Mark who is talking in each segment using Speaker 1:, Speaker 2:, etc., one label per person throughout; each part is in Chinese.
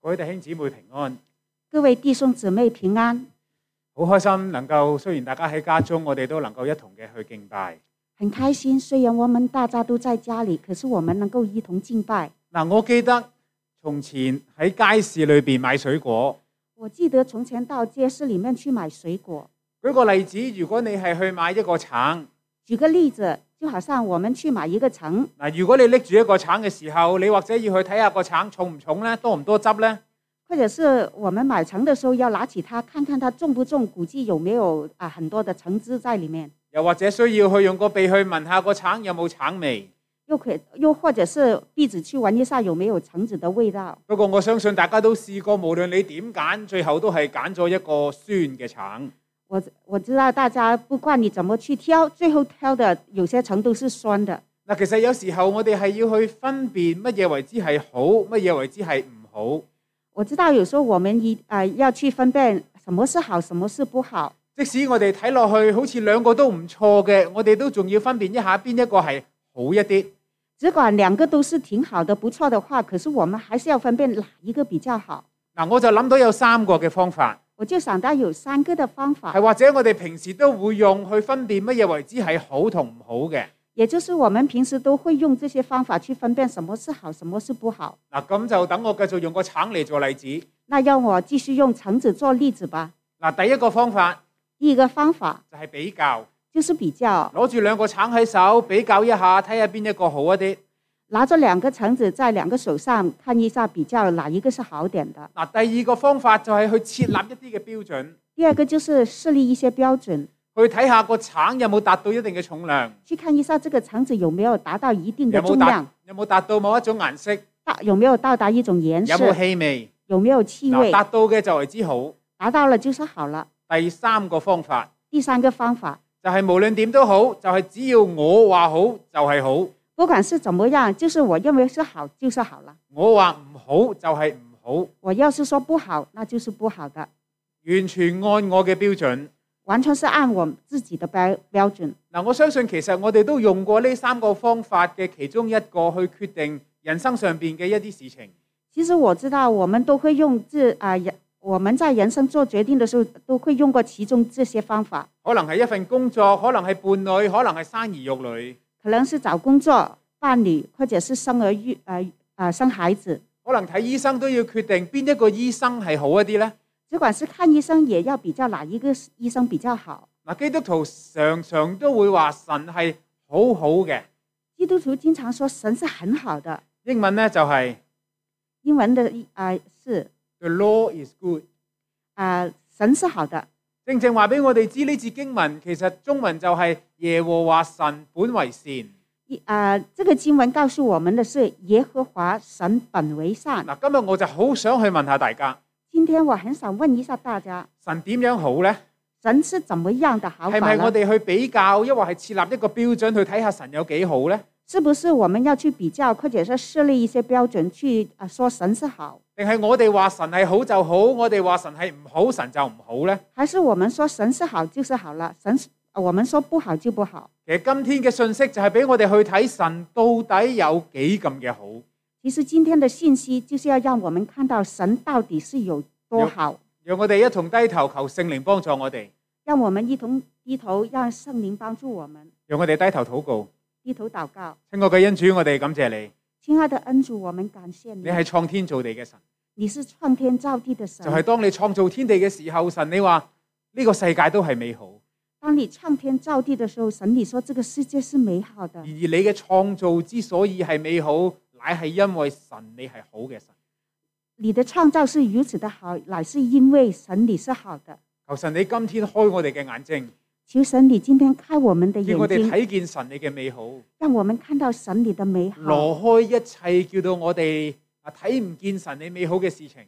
Speaker 1: 各位弟兄姊妹平安，
Speaker 2: 各位弟兄姊妹平安，
Speaker 1: 好開心能夠雖然大家喺家中，我哋都能夠一同嘅去敬拜。
Speaker 2: 很开心。虽然我们大家都在家里，可是我们能够一同敬拜。
Speaker 1: 嗱，我記得從前喺街市裏邊買水果，
Speaker 2: 我记得从前到街市里面去买水果，
Speaker 1: 舉個例子，如果你係去買一個橙，
Speaker 2: 举个例子，就好像我们去买一个橙，
Speaker 1: 嗱，如果你拎住一個橙嘅時候，你或者要去睇下個橙重唔重呢，多唔多汁呢？
Speaker 2: 或者是我们买橙的时候要拿起它看看它重不重，估计有没有啊很多的橙汁在里面。
Speaker 1: 又或者需要去用個鼻去聞下個橙有冇橙味。
Speaker 2: 又可又或者是鼻子去闻一下有没有橙子的味道。
Speaker 1: 不過我相信大家都試過，無論你點揀，最後都係揀咗一個酸嘅橙。
Speaker 2: 我我知道大家不管你怎么去挑，最后挑的有些橙都是酸的。
Speaker 1: 嗱，其實有時候我哋係要去分辨乜嘢為之係好，乜嘢為之係唔好。
Speaker 2: 我知道有时候我们一啊、要去分辨什么是好，什么是不好。
Speaker 1: 即使我哋睇落去好似兩個都唔錯嘅，我哋都仲要分辨一下邊一個係好一啲。
Speaker 2: 只管两个都是挺好的、不错的话，可是我们还是要分辨哪一个比较好。
Speaker 1: 嗱，我就諗到有三個嘅方法，
Speaker 2: 我就想到有三个的方法
Speaker 1: 係，或者我哋平時都會用去分辨乜嘢為之係好同唔好嘅。
Speaker 2: 也就是我们平时都会用这些方法去分辨什么是好，什么是不好。
Speaker 1: 嗱，咁就等我繼續用個橙嚟做例子。
Speaker 2: 那让我继续用橙子做例子吧。
Speaker 1: 嗱，第一個方法
Speaker 2: 第一个方法
Speaker 1: 就係比較，
Speaker 2: 就是比較，
Speaker 1: 攞住兩個橙喺手比較一下，睇下邊一個好一啲。
Speaker 2: 拿着两个橙子在两个手上看一下，比较哪一个是好点的。
Speaker 1: 嗱，第二個方法就係去設立一啲嘅標準。
Speaker 2: 第二个就是设立一些标准，
Speaker 1: 去睇下個橙有冇達到一定嘅重量，
Speaker 2: 去看一下这个橙子有没有达到一定
Speaker 1: 有
Speaker 2: 的
Speaker 1: 冇
Speaker 2: 重
Speaker 1: 達
Speaker 2: 量。
Speaker 1: 有冇達到某一種顏色，
Speaker 2: 到有没有到达一种颜
Speaker 1: 有
Speaker 2: 色，
Speaker 1: 冇氣味，
Speaker 2: 有没有气
Speaker 1: 嗱
Speaker 2: 味，
Speaker 1: 達到嘅就為之好。
Speaker 2: 达到了就是好了。
Speaker 1: 第三個方法
Speaker 2: 第三个方法，
Speaker 1: 就係無論點都好，就係只要我話好就係好，
Speaker 2: 不管是怎么样，就是我认为是好就是好了。
Speaker 1: 我話唔好就係唔好，
Speaker 2: 我要是说不好，那就是不好的，
Speaker 1: 完全按我嘅標準。
Speaker 2: 完全是按我自己的标标准。
Speaker 1: 嗱，我相信其實我哋都用過呢三個方法嘅其中一個去決定人生上邊嘅一啲事情。
Speaker 2: 其实我知道，我们都会用这啊人、我们在人生做决定的时候，都会用过其中这些方法，
Speaker 1: 可能係一份工作，可能係伴侶，可能係生兒育女，
Speaker 2: 可能是找工作、伴侣，或者是生儿育啊啊生孩子。
Speaker 1: 可能睇醫生都要決定邊一個醫生係好一啲呢。
Speaker 2: 只管是看医生，也要比较哪一个医生比较好。
Speaker 1: 嗱，基督徒常常都會話神係好好嘅，
Speaker 2: 基督徒经常说神是很好的，
Speaker 1: 英文呢就係、
Speaker 2: 英文的啊、是
Speaker 1: The law is good。
Speaker 2: 啊、神是好的。
Speaker 1: 正正話俾我哋知呢節經文，其實中文就係耶和華神本為善。
Speaker 2: 一啊、这个经文告诉我们的是耶和华神本为善。
Speaker 1: 嗱，今日我就好想去問下大家，
Speaker 2: 今天我很想问一下大家，
Speaker 1: 神點樣好呢？
Speaker 2: 神是怎么样的好啊
Speaker 1: 係
Speaker 2: 法
Speaker 1: 咪我
Speaker 2: 呢？
Speaker 1: 哋去比較，抑或係設立一個標準去睇下神有幾好呢？
Speaker 2: 是不是我们要去比较，或者是设立一些标准去啊、说神是好，
Speaker 1: 定係我哋話神係好就好，我哋話神係唔好，神就唔好呢？
Speaker 2: 还是我们说神是好就是好了，神是呃我们说不好就不好？
Speaker 1: 其實今天嘅信息就係俾我哋去睇神到底有幾咁嘅好。
Speaker 2: 其实今天的信息就是要让我们看到神到底是有多
Speaker 1: 有
Speaker 2: 好。
Speaker 1: 让我哋一同低头求圣灵帮助我哋，
Speaker 2: 让我们一同低头，让圣灵帮助我们
Speaker 1: 让我哋低头祷告。
Speaker 2: 低头祷告。
Speaker 1: 亲爱嘅恩主，我哋感谢你，
Speaker 2: 亲爱的恩主，我们感谢你
Speaker 1: 你，系创天造地嘅神，
Speaker 2: 你是创天造地的神
Speaker 1: 就。系当你创造天地嘅时候，神你话呢个世界都系美好，
Speaker 2: 当你创天造地的时候，神你说这个世界是美好的
Speaker 1: 然而，你嘅创造之所以系美好，乃系因为神你系好嘅神。
Speaker 2: 你的创造是如此的好，乃是因为神你是好的。
Speaker 1: 求神你今天开我哋嘅眼睛，
Speaker 2: 求神你今天开我们的
Speaker 1: 叫我
Speaker 2: 眼
Speaker 1: 哋
Speaker 2: 睛，
Speaker 1: 睇见神你嘅美好，
Speaker 2: 让我们看到神你的美好，
Speaker 1: 挪开一切叫到我哋啊睇唔见神你美好嘅事情。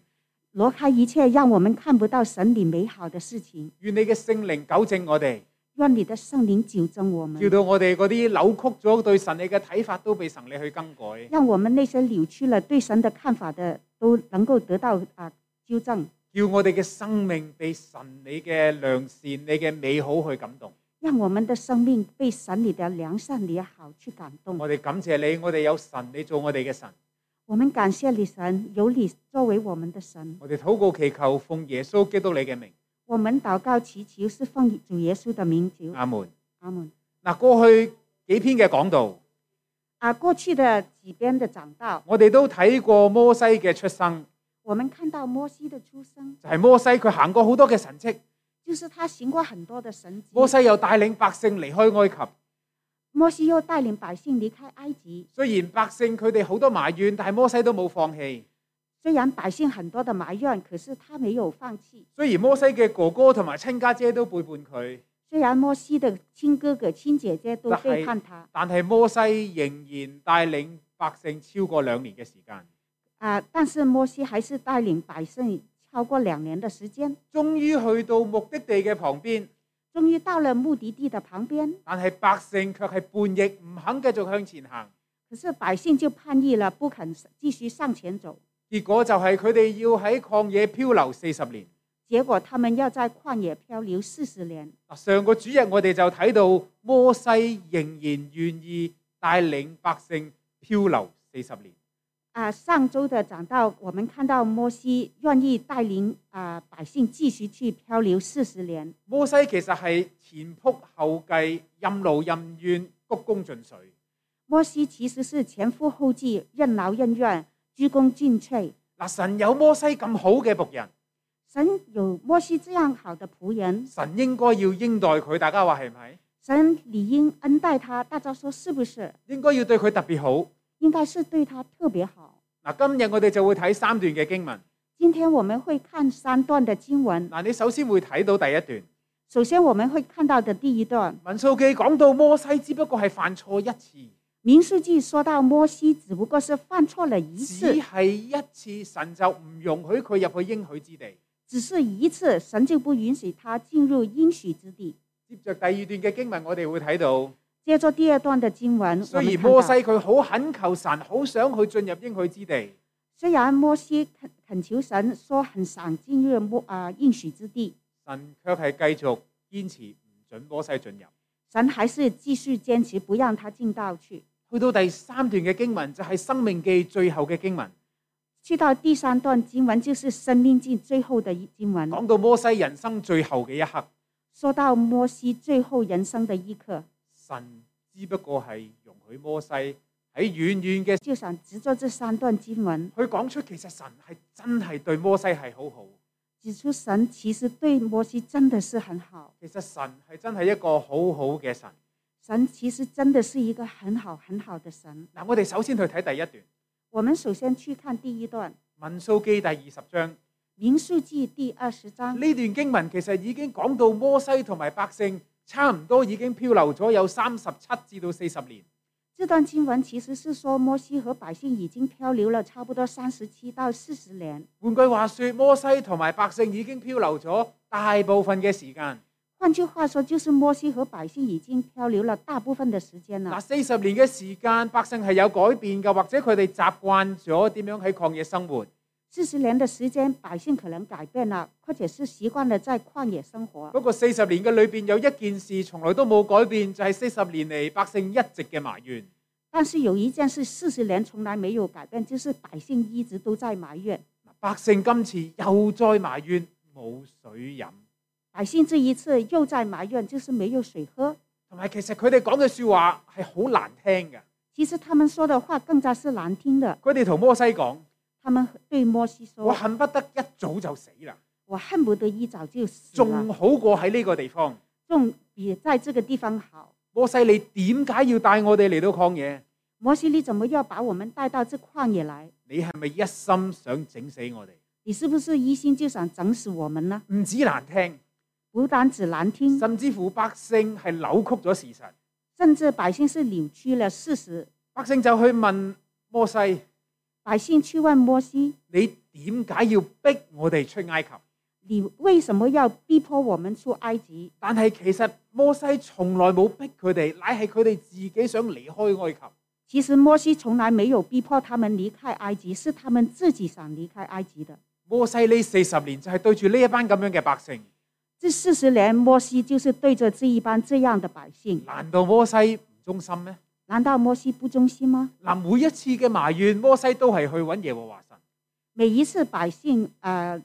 Speaker 2: 挪开一切让我们看不到神你美好的事情。
Speaker 1: 愿你嘅圣灵纠正我哋，
Speaker 2: 愿你的圣灵纠正我
Speaker 1: 叫
Speaker 2: 们，
Speaker 1: 到我哋嗰啲扭曲咗對神你嘅睇法都被神你去更改。
Speaker 2: 让我们那些扭曲了对神的看法的，都能够得到啊纠正。
Speaker 1: 叫我哋嘅生命被神你嘅良善、你嘅美好去感動。
Speaker 2: 让我们的生命被神你的良善、你的好去感动
Speaker 1: 我。哋感謝你，我哋有神，你做我哋嘅神。
Speaker 2: 我们感谢你神，有你作为我们的神。
Speaker 1: 我哋禱告祈求，奉耶穌基督你嘅名，
Speaker 2: 我们祷告祈求是奉主耶稣的名求，
Speaker 1: 阿門。
Speaker 2: 阿门。
Speaker 1: 嗱，過去幾篇嘅講道，
Speaker 2: 啊，过去的几边的讲道，
Speaker 1: 我哋都睇過摩西嘅出生，
Speaker 2: 我们看到摩西的出生，
Speaker 1: 就係摩西佢行過好多嘅神蹟，
Speaker 2: 就是他行过很多的神迹。
Speaker 1: 摩西又帶領百姓離開埃及。
Speaker 2: 摩西又带领百姓离开埃及，
Speaker 1: 雖然百姓佢哋好多埋怨，但係摩西都冇放棄。
Speaker 2: 虽然百姓很多的埋怨，可是他没有放弃。
Speaker 1: 雖然摩西嘅哥哥同埋親家姐都背叛佢，
Speaker 2: 虽然摩西的亲哥哥、亲姐姐都
Speaker 1: 那还
Speaker 2: 背叛他，
Speaker 1: 但係摩西仍然帶領百姓超過兩年嘅時間。
Speaker 2: 啊，但是摩西还是带领百姓超过两年的时间，
Speaker 1: 終於去到目的地嘅旁邊，
Speaker 2: 终于到了目的地的旁边。
Speaker 1: 但係百姓卻係叛逆，唔肯繼續向前行。
Speaker 2: 可是百姓就叛逆了，不肯继续向前走。
Speaker 1: 結果就係佢哋要喺曠野漂流四十年。
Speaker 2: 结果他们要在旷野漂流四十年。
Speaker 1: 嗱，上個主日我哋就睇到摩西仍然願意帶領百姓漂流四十年。
Speaker 2: 啊，上周的讲到，我们看到摩西愿意带领啊百姓继续去漂流四十年。
Speaker 1: 摩西其實係前仆後繼、任勞任怨、鞠躬盡瘁。
Speaker 2: 摩西其实是前赴后继，任劳任怨，鞠躬尽瘁。
Speaker 1: 嗱，神有摩西咁好嘅仆人，
Speaker 2: 神有摩西这样好的仆人，
Speaker 1: 神應該要應待佢，大家話係咪？
Speaker 2: 神理应恩待他。大家说是不是？
Speaker 1: 應該要對佢特別好。
Speaker 2: 应该是对他特别好。
Speaker 1: 嗱，今日我哋就會睇三段嘅經文。
Speaker 2: 今天我们会看三段的经文。
Speaker 1: 嗱，你首先會睇到第一段，
Speaker 2: 首先，我们会看到的第一段，
Speaker 1: 民數記講到摩西只不過係犯錯一次。
Speaker 2: 民数记说到摩西只不过是犯错了一次
Speaker 1: 只，係一次，神就唔容許佢入去應許之地。
Speaker 2: 只是一次，神就不允许他进入应许之地。
Speaker 1: 接着第二段嘅經文，我哋會睇到，
Speaker 2: 接着第二段的經文，我
Speaker 1: 雖
Speaker 2: 们
Speaker 1: 然
Speaker 2: 看
Speaker 1: 摩
Speaker 2: 到
Speaker 1: 西佢好懇求神，好想去進入應許之地，
Speaker 2: 虽然摩西恳恳求神说很想进入摩啊应许之地，
Speaker 1: 神卻係繼續堅持唔准摩西進入。
Speaker 2: 神还是继续坚持不让他进到去。
Speaker 1: 去到第三段嘅經文就係、生命記》最後嘅經文，
Speaker 2: 去到第三段经文就是《生命记》最后的一经文，
Speaker 1: 講到摩西人生最後嘅一刻，
Speaker 2: 说到摩西最后人生的一刻，
Speaker 1: 神只不過係容許摩西喺遠遠嘅
Speaker 2: 就想执着这三段经文，
Speaker 1: 去講出，其實神係真係對摩西係好好，
Speaker 2: 指出神其实对摩西真的是很好，
Speaker 1: 其實神係真係一個好好嘅神。
Speaker 2: 神其实真的是一个很好很好的神。
Speaker 1: 嗱，我哋首先去睇第一
Speaker 2: 我们首先去看第一段
Speaker 1: 段《民數記》第二十章。
Speaker 2: 《民数记》第二十章。
Speaker 1: 呢段經文其實已經講到摩西同埋百姓差唔多已經漂流咗有三十七至到四十年。
Speaker 2: 这段经文其实是说摩西和百姓已经漂流了差不多三十七到四十年。
Speaker 1: 換句話說，摩西同埋百姓已經漂流咗大部分嘅時間。
Speaker 2: 换句话说，就是摩西和百姓已经漂流了大部分的时间
Speaker 1: 嗱，
Speaker 2: 了。
Speaker 1: 四十年嘅時間，百姓係有改變嘅，或者佢哋習慣咗點樣喺曠野生活。
Speaker 2: 四十年的时间，百姓可能改变了，或者是习惯了在旷野生活。
Speaker 1: 不過四十年嘅裏邊有一件事從來都冇改變，就係四十年嚟百姓一直嘅埋怨。
Speaker 2: 但是有一件事，四十年从来没有改变，就是百姓一直都在埋怨。
Speaker 1: 百姓今次又再埋怨冇水飲。
Speaker 2: 百姓这一次又在埋怨，就是没有水喝。
Speaker 1: 同埋其實佢哋講嘅説話係好難聽嘅。
Speaker 2: 其实他们说的话更加是难听的。
Speaker 1: 佢哋同摩西講：
Speaker 2: 他们对摩西
Speaker 1: 我
Speaker 2: 说
Speaker 1: 恨不得一早就死啦，：“
Speaker 2: 我恨不得一早就死了。”
Speaker 1: 仲好過喺呢個地方。
Speaker 2: 仲比在这个地方好。
Speaker 1: 摩西，你點解要帶我哋嚟到曠野？
Speaker 2: 摩西，你怎么要把我们带到这旷野来？
Speaker 1: 你係咪一心想整死我哋？
Speaker 2: 你是不是一心就想整死我们呢？
Speaker 1: 唔止難聽，
Speaker 2: 不单只难听，
Speaker 1: 甚至乎百姓係扭曲咗事實。
Speaker 2: 甚至百姓是扭曲了事实。
Speaker 1: 百姓就去問摩西：
Speaker 2: 百姓去问摩西
Speaker 1: 你點解要逼我哋出埃及？：“
Speaker 2: 你为什么要逼迫我们出埃及
Speaker 1: 但係其實摩西從來冇逼佢哋，乃係佢哋自己想離開埃及。？”
Speaker 2: 其实摩西从来没有逼迫他们离开埃及，是他们自己想离开埃及的。
Speaker 1: 摩西呢四十年就係對住呢一班咁樣嘅百姓。
Speaker 2: 这四十年，摩西就是对着这一帮这样的百姓，
Speaker 1: 難道摩西唔忠心咩？
Speaker 2: 难道摩西不忠心吗？
Speaker 1: 嗱，每一次嘅埋怨，摩西都係去揾耶和華神。
Speaker 2: 每一次百姓呃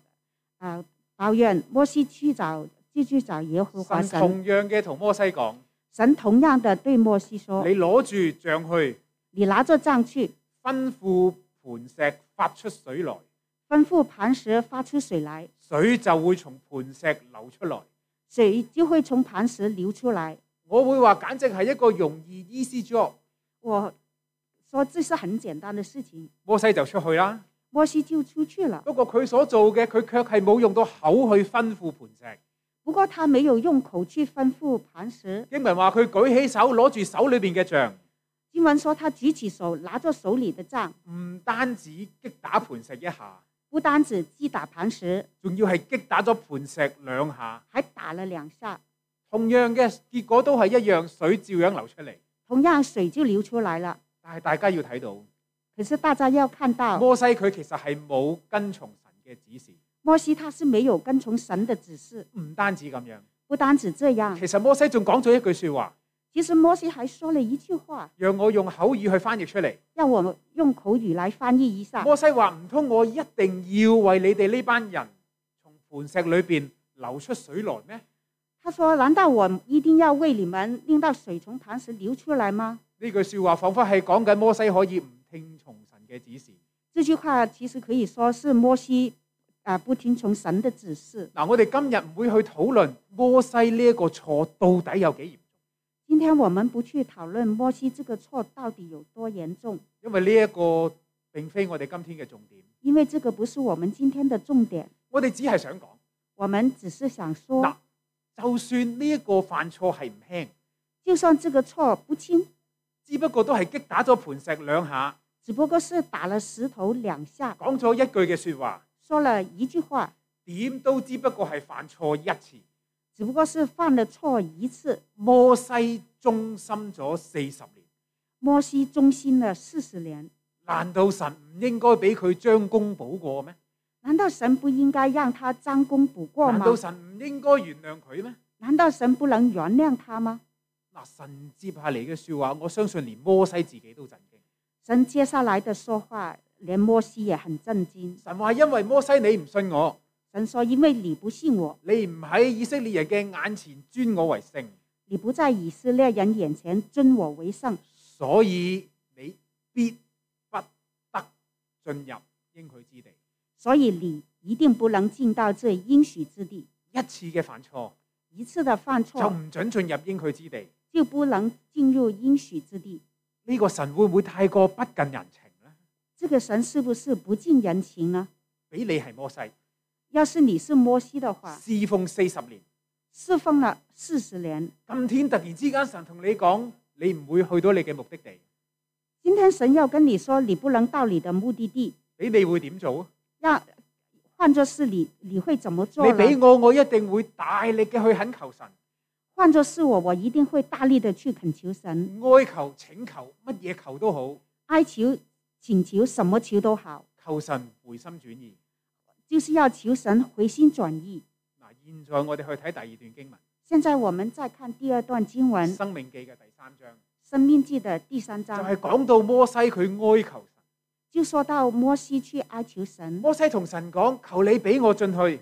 Speaker 2: 呃抱怨，摩西去找就去找耶和华
Speaker 1: 神
Speaker 2: 神，
Speaker 1: 同樣嘅同摩西講：
Speaker 2: 神同样的对摩西说
Speaker 1: 你攞住杖去，：“
Speaker 2: 你拿着杖去，
Speaker 1: 吩咐磐石發出水來，
Speaker 2: 吩咐磐石发出水来，
Speaker 1: 水就會從磐石流出來。
Speaker 2: 水就会从磐石流出来。
Speaker 1: 我會話簡直係一個容易 easy job。”
Speaker 2: 我说这是很简单的事情，
Speaker 1: 摩西就出去啦。
Speaker 2: 摩西就出去了。
Speaker 1: 不過佢所做嘅，佢卻係冇用到口去吩咐磐石。
Speaker 2: 不过他没有用口去吩咐磐石。
Speaker 1: 經文話佢舉起手，攞住手裏邊嘅杖，
Speaker 2: 经文说他举起手，拿着手里的杖，
Speaker 1: 唔單止擊打磐石一下，
Speaker 2: 不单只击打磐石，
Speaker 1: 仲要係擊打咗磐石兩下。
Speaker 2: 还打了两下。
Speaker 1: 同樣嘅結果都係一樣，水照樣流出嚟。
Speaker 2: 同样水就流出来了。
Speaker 1: 但係大家要睇到，
Speaker 2: 可是大家要看到，
Speaker 1: 摩西佢其實係冇跟從神嘅指示，
Speaker 2: 摩西他是没有跟从神的指示。
Speaker 1: 唔單止咁樣。
Speaker 2: 不单止这样，
Speaker 1: 其實摩西仲講咗一句説話，
Speaker 2: 其实摩西还说了一句话，
Speaker 1: 讓我用口語去翻譯出嚟。
Speaker 2: 让我们用口语来翻译一下。
Speaker 1: 摩西話：唔通我一定要為你哋呢班人從磐石裏邊流出水來咩？
Speaker 2: 他说：“难道我一定要为你们令到水从磐石流出来吗
Speaker 1: 呢句説話仿佛係講緊摩西可以唔聽從神嘅指示。？”
Speaker 2: 这句话其实可以说是摩西啊、呃不听从神的指示。
Speaker 1: 嗱，我哋今日唔會去討論摩西呢一個錯到底有幾嚴重，
Speaker 2: 今天我们不去讨论摩西这个错到底有多严重，
Speaker 1: 因為呢一個並非我哋今天嘅重點。
Speaker 2: 因为这个不是我们今天的重点。
Speaker 1: 我哋只係想講，
Speaker 2: 我们只是想说，
Speaker 1: 嗱，就算呢一個犯錯係唔輕，
Speaker 2: 就算这个错不轻，
Speaker 1: 只不過都係擊打咗磐石兩下，
Speaker 2: 只不过是打了石头两下，
Speaker 1: 講咗一句嘅説話，
Speaker 2: 说了一句话，
Speaker 1: 點都只不過係犯錯一次。
Speaker 2: 只不过是犯了错一次。
Speaker 1: 摩西忠心咗四十年，
Speaker 2: 摩西忠心了四十年，
Speaker 1: 難道神唔應該俾佢將功補過咩？
Speaker 2: 难道神不应该让他将功补过
Speaker 1: 難
Speaker 2: 吗？
Speaker 1: 道神唔應該原諒佢咩？
Speaker 2: 难道神不能原谅他吗？
Speaker 1: 嗱，神接下嚟嘅説話，我相信連摩西自己都震驚。
Speaker 2: 神接下来的说话，连摩西也很震惊。
Speaker 1: 神話因為摩西你唔信我，
Speaker 2: 神说：“因为你不信我，
Speaker 1: 你唔喺以色列人嘅眼前尊我為聖，
Speaker 2: 你不在以色列人眼前尊我为圣，
Speaker 1: 所以你必不得進入應許之地。
Speaker 2: 所以你一定不能进到这应许之地。
Speaker 1: 一次嘅犯錯
Speaker 2: 一次的犯
Speaker 1: 就
Speaker 2: 错
Speaker 1: 唔准進入應許之地。
Speaker 2: 就不能进入应许之地。
Speaker 1: 呢、個神會唔會太過不近人情呢？
Speaker 2: 这个神是不是不近人情呢？
Speaker 1: 俾你係摩西
Speaker 2: 要是你是摩西的话，
Speaker 1: 侍奉四十年，
Speaker 2: 侍奉了四十年，
Speaker 1: 今天突然之間神同你講，你唔會去到你嘅目的地，
Speaker 2: 今天神要跟你说你不能到你的目的地，
Speaker 1: 你你會點做啊？
Speaker 2: 让换作是你，你会怎么做
Speaker 1: 你俾
Speaker 2: 呢？
Speaker 1: 我，我一定會大力嘅去懇求神，
Speaker 2: 换作是我，我一定会大力的去恳求神，
Speaker 1: 哀求、請求，乜嘢求都好，
Speaker 2: 哀求、请求，什么求都好，
Speaker 1: 求神回心轉意。
Speaker 2: 就是要求神回心转意。
Speaker 1: 嗱，現在我哋去睇第二段經文，
Speaker 2: 现在我们再看第二段经文
Speaker 1: 《
Speaker 2: 《
Speaker 1: 生命記》嘅第三章，
Speaker 2: 生命记》的第三
Speaker 1: 就
Speaker 2: 章，
Speaker 1: 係講到摩西佢哀求神，
Speaker 2: 就说到摩西去哀求神。
Speaker 1: 摩西同神講：求你俾我進去，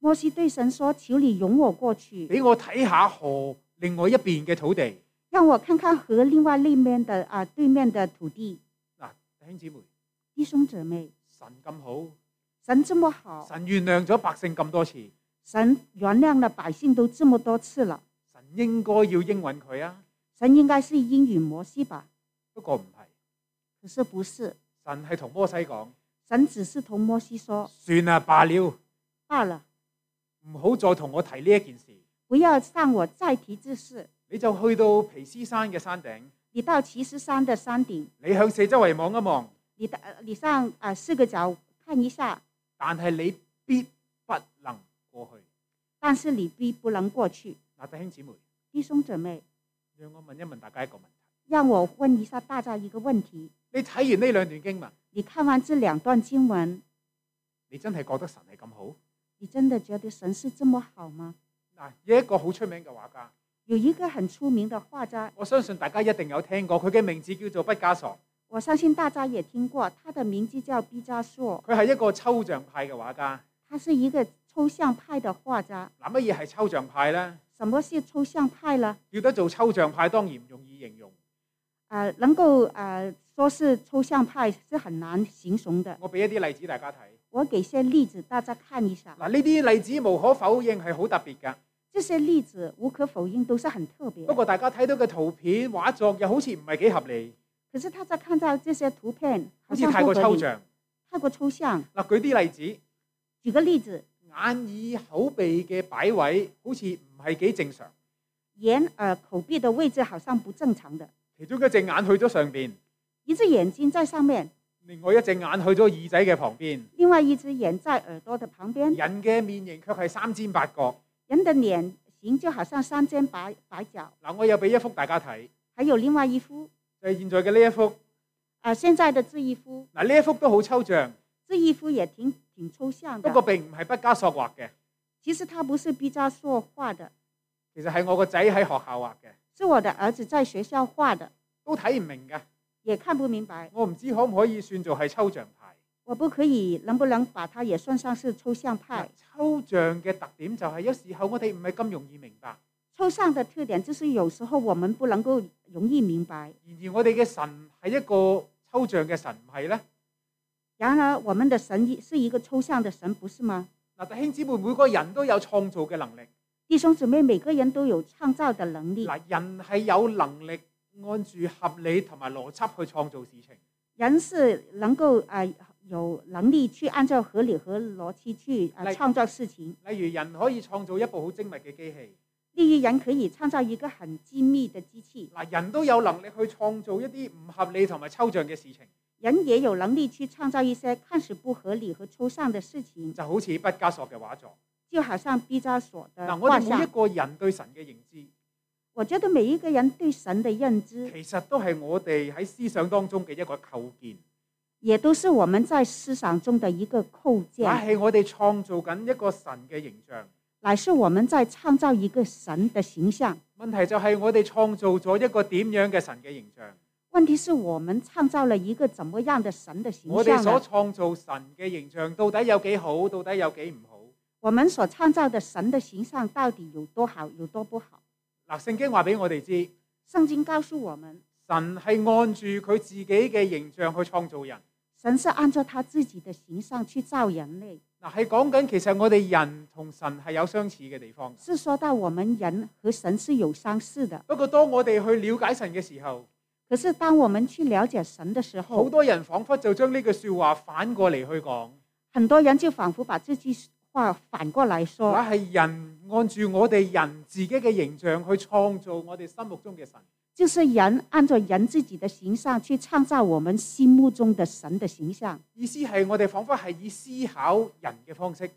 Speaker 2: 摩西对神说：“求你容我过去，
Speaker 1: 俾我睇下河另外一邊嘅土地。
Speaker 2: 让我看看和另外那面的啊对面的土地。
Speaker 1: 嗱，弟兄姊妹，”
Speaker 2: 弟兄姊妹，
Speaker 1: 神咁好，
Speaker 2: 神这么好，
Speaker 1: 神原諒咗百姓咁多次，
Speaker 2: 神原谅了百姓都这么多次了，
Speaker 1: 神應該要應允佢啊。
Speaker 2: 神应该是应允摩西吧？
Speaker 1: 不過唔係，
Speaker 2: 可是不是，
Speaker 1: 神係同摩西講：
Speaker 2: 神只是同摩西说
Speaker 1: 算啦，罷了。
Speaker 2: 罢了，
Speaker 1: 唔好再同我提呢一件事，
Speaker 2: 不要让我再提这事。
Speaker 1: 你就去到皮斯山嘅山頂，
Speaker 2: 你到骑士山的山顶，
Speaker 1: 你向四周圍望一望，
Speaker 2: 你的呃你上啊、呃四个角看一下，
Speaker 1: 但係你必不能過去。
Speaker 2: 但是你必不能过去。
Speaker 1: 嗱，弟兄姊妹，
Speaker 2: 弟兄姊妹，
Speaker 1: 讓我問一問大家一個問題：
Speaker 2: 让我问一下大家一个问题。
Speaker 1: 你睇完呢兩段經文，
Speaker 2: 你看完这两段经文，
Speaker 1: 你真係覺得神係咁好？
Speaker 2: 你真的觉得神是这么好吗？
Speaker 1: 嗱，有一個好出名嘅畫家，
Speaker 2: 有有一个很出名的画家，
Speaker 1: 我相信大家一定有聽過，佢嘅名字叫做畢加索，
Speaker 2: 我相信大家也聽過，他的名字叫毕加索，
Speaker 1: 佢係一個抽象派嘅畫家。
Speaker 2: 他是一个抽象派的画家。
Speaker 1: 嗱，乜嘢係抽象派呢？
Speaker 2: 什么是抽象派呢？
Speaker 1: 叫得做抽象派當然唔容易形容。
Speaker 2: 呃，能够呃说是抽象派是很难形容的。
Speaker 1: 我俾一啲例子大家睇。
Speaker 2: 我给些例子大家看一下，
Speaker 1: 嗱，呢啲例子無可否認係好特別㗎。
Speaker 2: 这些例子无可否认都是很特别
Speaker 1: 不
Speaker 2: 的。
Speaker 1: 過大家睇到嘅圖片畫作又好似唔係幾合理，
Speaker 2: 可是大家看到这些图片，
Speaker 1: 好
Speaker 2: 好
Speaker 1: 似
Speaker 2: 像
Speaker 1: 太
Speaker 2: 不
Speaker 1: 過
Speaker 2: 合
Speaker 1: 抽
Speaker 2: 理，
Speaker 1: 象。
Speaker 2: 太过抽象。
Speaker 1: 嗱，舉啲例子，
Speaker 2: 举个例子，
Speaker 1: 眼耳口鼻嘅擺位好似唔係幾正常。
Speaker 2: 眼、耳、口鼻的位置好像不正常的，
Speaker 1: 其中一隻眼去咗上邊，
Speaker 2: 一只眼睛在上面，
Speaker 1: 另外一隻眼去咗耳仔嘅旁邊。
Speaker 2: 另外一只眼在耳朵的旁边。
Speaker 1: 人嘅面型卻係三尖八角。
Speaker 2: 人的脸型就好像三尖白白角。
Speaker 1: 嗱，我又俾一幅大家睇，
Speaker 2: 还有另外一幅，
Speaker 1: 就係、現在嘅呢一幅。
Speaker 2: 啊，现在的这一幅，
Speaker 1: 嗱，呢一幅都好抽象，
Speaker 2: 这一幅也挺挺抽象
Speaker 1: 不過
Speaker 2: 的。
Speaker 1: 並唔係畢加索畫嘅，
Speaker 2: 其实它不是毕加索画的，
Speaker 1: 其實係我個仔喺學校畫嘅，
Speaker 2: 是我的儿子在学校画的，
Speaker 1: 都睇唔明㗎。
Speaker 2: 也看不明白。
Speaker 1: 我唔知可唔可以算做係抽象派。
Speaker 2: 我不可以，能不能把它也算上是抽象派？
Speaker 1: 抽象嘅特點就係有時候我哋唔係咁容易明白，
Speaker 2: 抽象的特點就是有时候我们不能够容易明白。
Speaker 1: 然而我哋嘅神係一個抽象嘅神，唔係呢？
Speaker 2: 然而，我们的神是一个抽象的神，不是吗？
Speaker 1: 嗱，弟兄姊妹，每個人都有創造嘅能力。
Speaker 2: 弟兄姊妹，每个人都有创造的能力，
Speaker 1: 嗱，人係有能力按住合理同埋邏輯去創造事情。
Speaker 2: 人是能够呃有能力去按照合理和逻辑去呃
Speaker 1: 来
Speaker 2: 创造事情。
Speaker 1: 例如人可以創造一部好精密嘅機器，
Speaker 2: 例如，人可以创造一个很精密的机器，
Speaker 1: 嗱，人都有能力去創造一啲唔合理同埋抽象嘅事情，
Speaker 2: 人也有能力去创造一些看似不合理和抽象的事情，
Speaker 1: 就好似畢加索嘅畫作。
Speaker 2: 就好像毕加索的
Speaker 1: 嗱，我
Speaker 2: 画
Speaker 1: 哋每一
Speaker 2: 像。
Speaker 1: 個人對神嘅認知，
Speaker 2: 我觉得每一个人对神的认知。
Speaker 1: 其實都係我哋喺思想當中嘅一個構建。
Speaker 2: 也都是我们在思想中的一个构
Speaker 1: 乃
Speaker 2: 建，
Speaker 1: 係我哋創造緊一個神嘅形象。
Speaker 2: 乃是我们在創造一个神的形象。
Speaker 1: 問題就係我哋創造咗一個點樣嘅神嘅形象。
Speaker 2: 问题是我们创造了一个怎么样的神的形
Speaker 1: 我哋
Speaker 2: 象啊
Speaker 1: 所
Speaker 2: 呢？
Speaker 1: 創造神嘅形象到底有幾好？到底有幾唔好？
Speaker 2: 我们所创造的神的形象到底有多好，有多不好？
Speaker 1: 嗱，聖經話俾我哋知，
Speaker 2: 圣经告诉我们，
Speaker 1: 神係按住佢自己嘅形象去創造人。
Speaker 2: 神是按照他自己的形象去造人类，
Speaker 1: 嗱，係講緊其實我哋人同神係有相似嘅地方。
Speaker 2: 是说到我们人和神是有相似的。
Speaker 1: 不過當我哋去了解神嘅時候，
Speaker 2: 可是当我们去了解神的时
Speaker 1: 好
Speaker 2: 候，
Speaker 1: 多人彷彿就將呢句说話反過嚟去講，
Speaker 2: 很多人就仿佛把这句话反过来说。
Speaker 1: 話係人按住我哋人自己嘅形象去創造我哋心目中嘅神。
Speaker 2: 就是人按照人自己的形象去创造我们心目中的神的形象。
Speaker 1: 意思係我哋彷彿係以思考人嘅方式去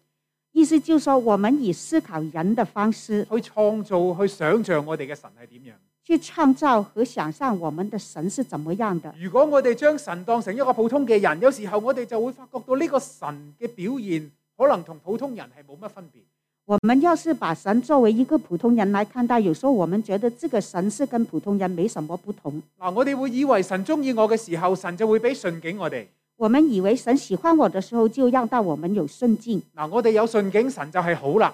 Speaker 2: 意思就是说，我们以思考人的方式
Speaker 1: 創造、去想像我哋嘅神係點樣。
Speaker 2: 去创造和想象我们的神是怎么样的。
Speaker 1: 如果我哋將神當成一個普通嘅人，有時候我哋就會發覺到呢個神嘅表現可能同普通人係冇乜分別。
Speaker 2: 我们要是把神作为一个普通人来看待，有时候我们觉得这个神是跟普通人没什么不同。
Speaker 1: 嗱，我哋會以為神中意我嘅時候，神就會俾順境我哋。
Speaker 2: 我们以为神喜欢我的时候，就让到我们有顺境；
Speaker 1: 嗱，我哋有順境，神就係好啦。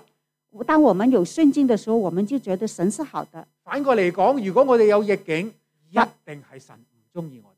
Speaker 2: 当我们有顺境的时候，我们就觉得神是好的。
Speaker 1: 反過嚟講，如果我哋有逆境，一定係神唔中意我哋。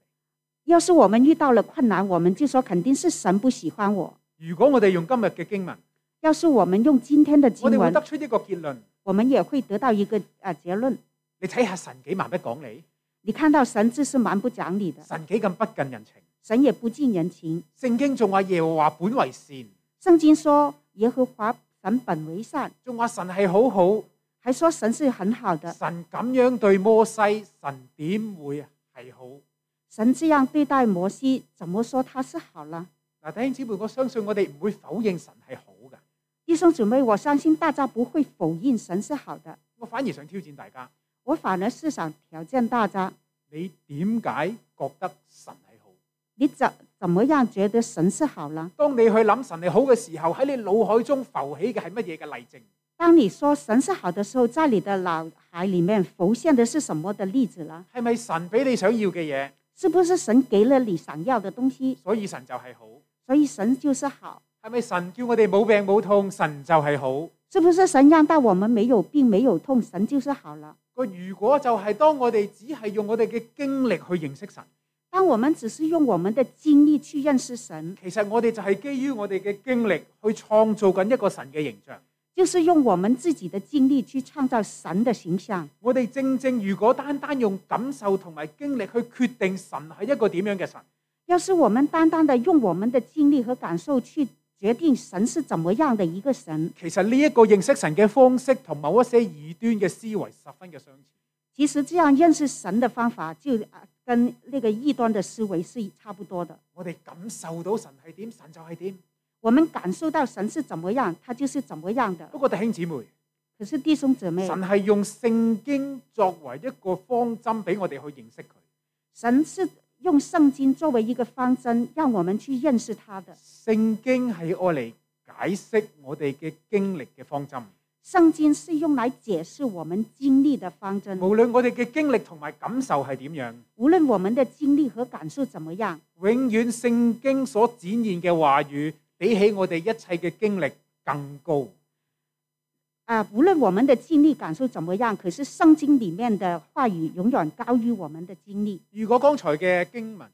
Speaker 2: 要是我们遇到了困难，我们就说肯定是神不喜欢我。
Speaker 1: 如果我哋用今日嘅經文，
Speaker 2: 要是我们用今天的经
Speaker 1: 我哋會
Speaker 2: 文
Speaker 1: 得，出一個結論：
Speaker 2: 我们也会得到一个呃结论。
Speaker 1: 你睇下神幾蠻不講理，
Speaker 2: 你看到神自是蛮不讲理的，
Speaker 1: 神幾咁不近人情。
Speaker 2: 神也不近人情。
Speaker 1: 聖經仲話耶和華本為善，
Speaker 2: 圣经说耶和华神本为善，
Speaker 1: 仲話神係好好，
Speaker 2: 还说神是很好的。
Speaker 1: 神咁樣對摩西，神點會係好？
Speaker 2: 神这样对待摩西，怎么说他是好呢？
Speaker 1: 嗱，弟兄姊妹，我相信我哋唔會否認神係好噶，
Speaker 2: 弟兄姊妹，我相信大家不会否认神是好的。
Speaker 1: 我反而想挑戰大家，
Speaker 2: 我反而是想挑战大家，
Speaker 1: 你點解覺得神係好？
Speaker 2: 你怎怎么样觉得神是好呢？
Speaker 1: 當你去諗神係好嘅時候，喺你腦海中浮起嘅係乜嘢嘅例證？
Speaker 2: 当你说神是好的时候，在你的脑海里面浮现的是什么的例子呢？
Speaker 1: 係咪神俾你想要嘅嘢，
Speaker 2: 是不是神给了你想要的东西，
Speaker 1: 所以神就係好？
Speaker 2: 所以神就是好？
Speaker 1: 係咪神叫我哋冇病冇痛，神就係好？
Speaker 2: 是不是神让到我们没有病没有痛，神就是好了？
Speaker 1: 個如果就係當我哋只係用我哋嘅經歷去認識神，
Speaker 2: 当我们只是用我们的经历去认识神，
Speaker 1: 其實我哋就係基於我哋嘅經歷去創造緊一個神嘅形象。
Speaker 2: 就是用我们自己的经历去创造神的形象。
Speaker 1: 我哋正正如果單單用感受同埋經歷去決定神係一個點樣嘅神，
Speaker 2: 要是我们单单的用我们的经历和感受去决定神是怎么样的一个神，
Speaker 1: 其實呢一個認識神嘅方式同某一些異端嘅思維十分嘅相似。
Speaker 2: 其实这样认识神的方法就啊跟那个异端的思维是差不多的。
Speaker 1: 我哋感受到神係點，神就係點。
Speaker 2: 我们感受到神是怎么样，他就是怎么样的
Speaker 1: 不。過弟兄姊妹，
Speaker 2: 可是弟兄姊妹，
Speaker 1: 神係用聖經作為一個方針俾我哋去認識佢。
Speaker 2: 神是用圣经作为一个方针，让我们去认识他的。
Speaker 1: 聖經係愛嚟解釋我哋嘅經歷嘅方針。
Speaker 2: 圣经是用来解释我们经历的方针，
Speaker 1: 無論我哋嘅經歷同埋感受係點樣，
Speaker 2: 无论我们的经历和感受怎么样，
Speaker 1: 永遠聖經所展現嘅話語，比起我哋一切嘅經歷更高。
Speaker 2: 啊，无论我们的经历感受怎么样，可是圣经里面的话语永远高于我们的经历。
Speaker 1: 如果剛才嘅經文，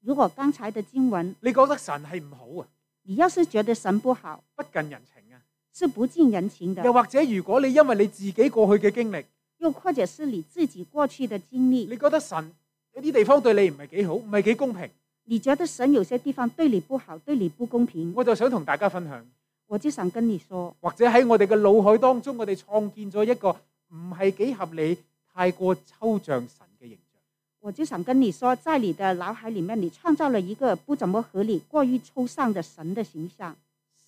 Speaker 2: 如果刚才的经文，
Speaker 1: 你覺得神係唔好啊，
Speaker 2: 你要是觉得神不好，
Speaker 1: 不近人情啊，
Speaker 2: 是不近人情的
Speaker 1: 又，或者如果你因為你自己過去嘅經歷，
Speaker 2: 又或者是你自己过去的经历，
Speaker 1: 你覺得神有啲地方對你唔係幾好，唔係幾公平，
Speaker 2: 你觉得神有些地方对你不好，对你不公平，
Speaker 1: 我就想同大家分享。
Speaker 2: 我就想跟你说，
Speaker 1: 或者喺我哋嘅腦海當中，我哋創建咗一個唔係幾合理、太過抽象神嘅形象。
Speaker 2: 我就想跟你说，在你的脑海里面，你创造了一个不怎么合理、过于抽象的神的形象。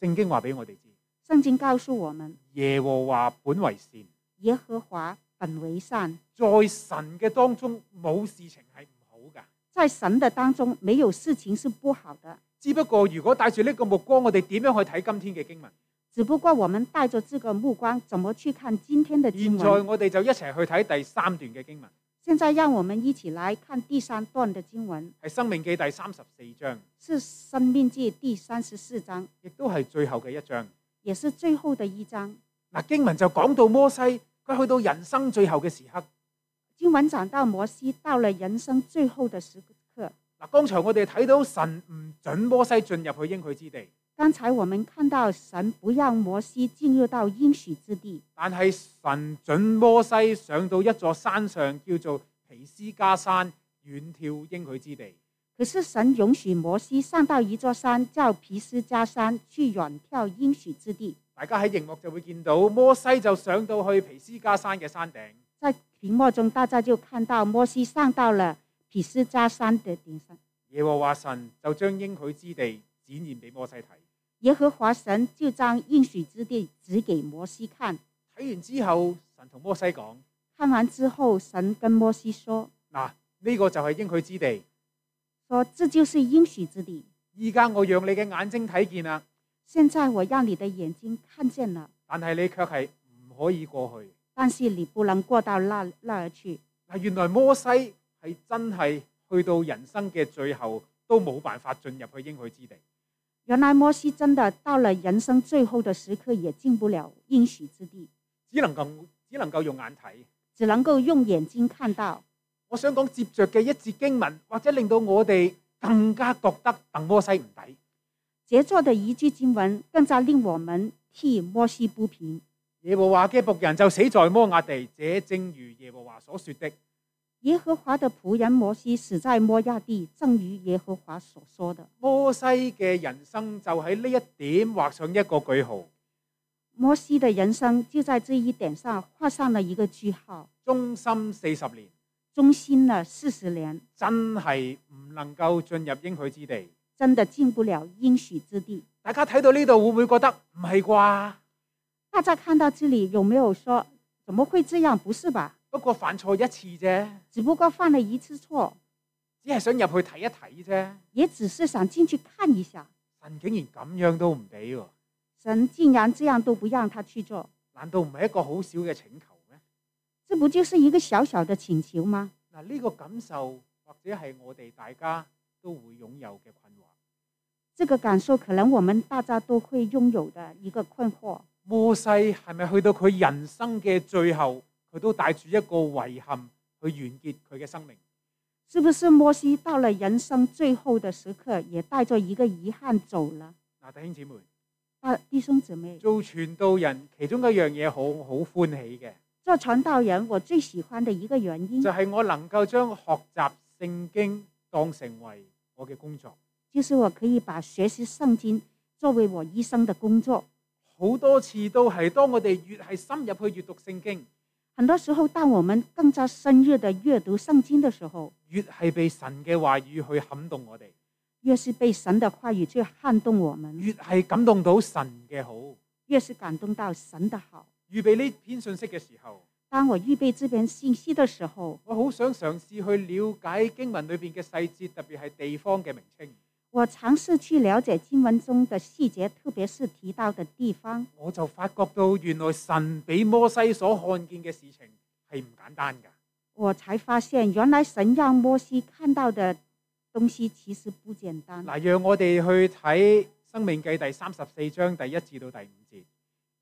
Speaker 1: 聖經話俾我哋知，
Speaker 2: 圣经告诉我们，
Speaker 1: 耶和華本為善，
Speaker 2: 耶和华本为善，
Speaker 1: 在神嘅當中冇事情係唔好噶。
Speaker 2: 在神的当中没有事情是不好的。
Speaker 1: 只不過如果帶住呢個目光，我哋點樣去睇今天嘅經文？
Speaker 2: 只不过我们带着这个目光，怎么去看今天的经
Speaker 1: 現在
Speaker 2: 文？
Speaker 1: 我哋就一齊去睇第三段嘅經文，
Speaker 2: 现在让我们一起来看第三段的经文，
Speaker 1: 係《生命記》第三十四章，
Speaker 2: 是《生命记》第三十四章，
Speaker 1: 亦都係最後嘅一章。
Speaker 2: 也是最后的一章。
Speaker 1: 嗱，經文就講到摩西，佢去到人生最後嘅時刻。
Speaker 2: 经文讲到摩西到了人生最后的时刻。
Speaker 1: 嗱，剛才我哋睇到神唔准摩西進入去應許之地。
Speaker 2: 刚才我们看到神不让摩西进入到应许之地，
Speaker 1: 但係神准摩西上到一座山上，叫做皮斯加山，遠眺應許之地。
Speaker 2: 可是神允许摩西上到一座山，叫皮斯加山，去远眺应许之地。
Speaker 1: 大家喺熒幕就會見到摩西就上到去皮斯加山嘅山頂。
Speaker 2: 在屏幕中，大家就看到摩西上到了皮斯加山的顶上，
Speaker 1: 耶和華神就將應許之地展現俾摩西睇。
Speaker 2: 耶和华神就将应许之地指给摩西看。
Speaker 1: 睇完之後，神同摩西講：
Speaker 2: 看完之后，神跟摩西说
Speaker 1: 嗱，呢、個就係應許之地。：“
Speaker 2: 说这就是应许之地。
Speaker 1: 依家我讓你嘅眼睛睇見啦，
Speaker 2: 现在我让你的眼睛看见了，
Speaker 1: 但係你卻係唔可以過去。
Speaker 2: 但是你不能过到那那儿去。”
Speaker 1: 嗱，原來摩西係真係去到人生嘅最後，都冇辦法進入去應許之地。
Speaker 2: 原来摩西真的到了人生最后的时刻，也进不了应许之地，
Speaker 1: 只能夠只能夠用眼睇。
Speaker 2: 只能够用眼睛看到。
Speaker 1: 我想講接着嘅一節經文，或者令到我哋更加覺得鄧摩西唔抵。
Speaker 2: 杰作的一句经文，更加令我们替摩西不平。
Speaker 1: 耶和華嘅仆人就死在摩押地，這正如耶和華所說的。
Speaker 2: 耶和华的仆人摩西死在摩亚地，正如耶和华所说的。
Speaker 1: 摩西嘅人生就喺呢一點畫上一個句號，
Speaker 2: 摩西的人生就在这一点上画上了一个句号，
Speaker 1: 忠心四十年，
Speaker 2: 忠心了四十年，
Speaker 1: 真係唔能夠進入應許之地。
Speaker 2: 真的进不了应许之地。
Speaker 1: 大家睇到呢度會唔會覺得唔係啩？
Speaker 2: 大家看到这里有没有说怎么会这样？不是吧？
Speaker 1: 不過犯錯一次啫，
Speaker 2: 只不过犯了一次错，
Speaker 1: 只係想入去睇一睇啫。
Speaker 2: 也只是想进去看一下。
Speaker 1: 神竟然咁樣都唔俾喎！Đây là một bài học rất quan trọng cho chúng ta. Chúng ta phải biết rằng, Chúa Giê-xu đã làm tất cả mọi thứ. Chúng ta phải biết rằng, Chúa Giê-xu đã làm tất cả mọi thứ. Chúng ta phải biết rằng, Chúa Giê-xu đã làm tất cả mọi thứ. Chúng ta phải biết rằng, Chúa Giê-xu đã làm tất cả mọi thứ. Chúng ta phải biết rằng, Chúa Giê-xu đã làm tất cả mọi thứ. Chúng ta phải biết rằng, Chúa Giê-xu đã làm tất cả mọi thứ. Chúng ta phải biết rằng, Chúa Giê-xu đã làm tất cả mọi thứ. Chúng ta phải biết rằng, Chúa Giê-xu đã làm tất cả mọi thứ. Chúng ta phải biết rằng, Chúa Giê-xu đã làm tất cả mọi thứ. Chúng ta phải biết rằng, Chúa Giê-xu đã làm tất cả mọi thứ. Chúng ta phải biết rằng, Chúa Giê-xu đã làm tất cả mọi thứ. Chúng ta phải biết rằng, Chúa Giê-xu đã làm tất cả mọi thứ. Chúng ta phải biết rằng, Chúa Giê-xu đã làm tất cả mọi thứ. Chúng ta phải biết rằng, Chúa Giê-xu đã làm tất cả mọi thứ. Chúng
Speaker 2: 神竟然这样都不让他去做。
Speaker 1: ta phải biết rằng, Chúa 難道唔係一個好少嘅請求咩？
Speaker 2: 这不就是一个小小的请求吗？
Speaker 1: 嗱，呢個感受或者係我哋大家都會擁有嘅困惑。
Speaker 2: 这个感受可能我们大家都会拥有的一个困惑。
Speaker 1: 摩西係咪去到佢人生嘅最後，佢都帶住一個遺憾去完結佢嘅生命？
Speaker 2: 是不是摩西到了人生最后的时刻，也带着一个遗憾走了？
Speaker 1: 嗱，弟兄姊妹，
Speaker 2: 啊，弟兄姊妹，
Speaker 1: 做傳道人其中一樣嘢好好歡喜嘅，
Speaker 2: 做传道人，我最喜歡的一個原因
Speaker 1: 就，係、我能夠將學習聖經當成為我嘅工作。
Speaker 2: 就是我可以把学习圣经作為我一生的工作。
Speaker 1: 好多次都係當我哋越係深入去閱讀聖經，
Speaker 2: 很多時候，當我們更加深入的閱讀聖經的時候，
Speaker 1: 越係被神嘅話語去撼動我哋，
Speaker 2: 越是被神的話語去撼動我們，
Speaker 1: 越係感動到神嘅好。
Speaker 2: 越是感動到神的好。
Speaker 1: 預備呢篇信息嘅時候，
Speaker 2: 當我預備這篇信息的時候，
Speaker 1: 我好想嘗試去了解經文裏邊嘅細節，特別係地方嘅名稱。
Speaker 2: 我嘗試去了解經文中的細節，特別是提到的地方。
Speaker 1: 我就發覺到原來神俾摩西所看見嘅事情係唔簡單㗎。
Speaker 2: 我才發現，原來神讓摩西看到的東西其實不簡單。
Speaker 1: 嗱，讓我哋去睇《生命記》第三十四章第一至到第五節，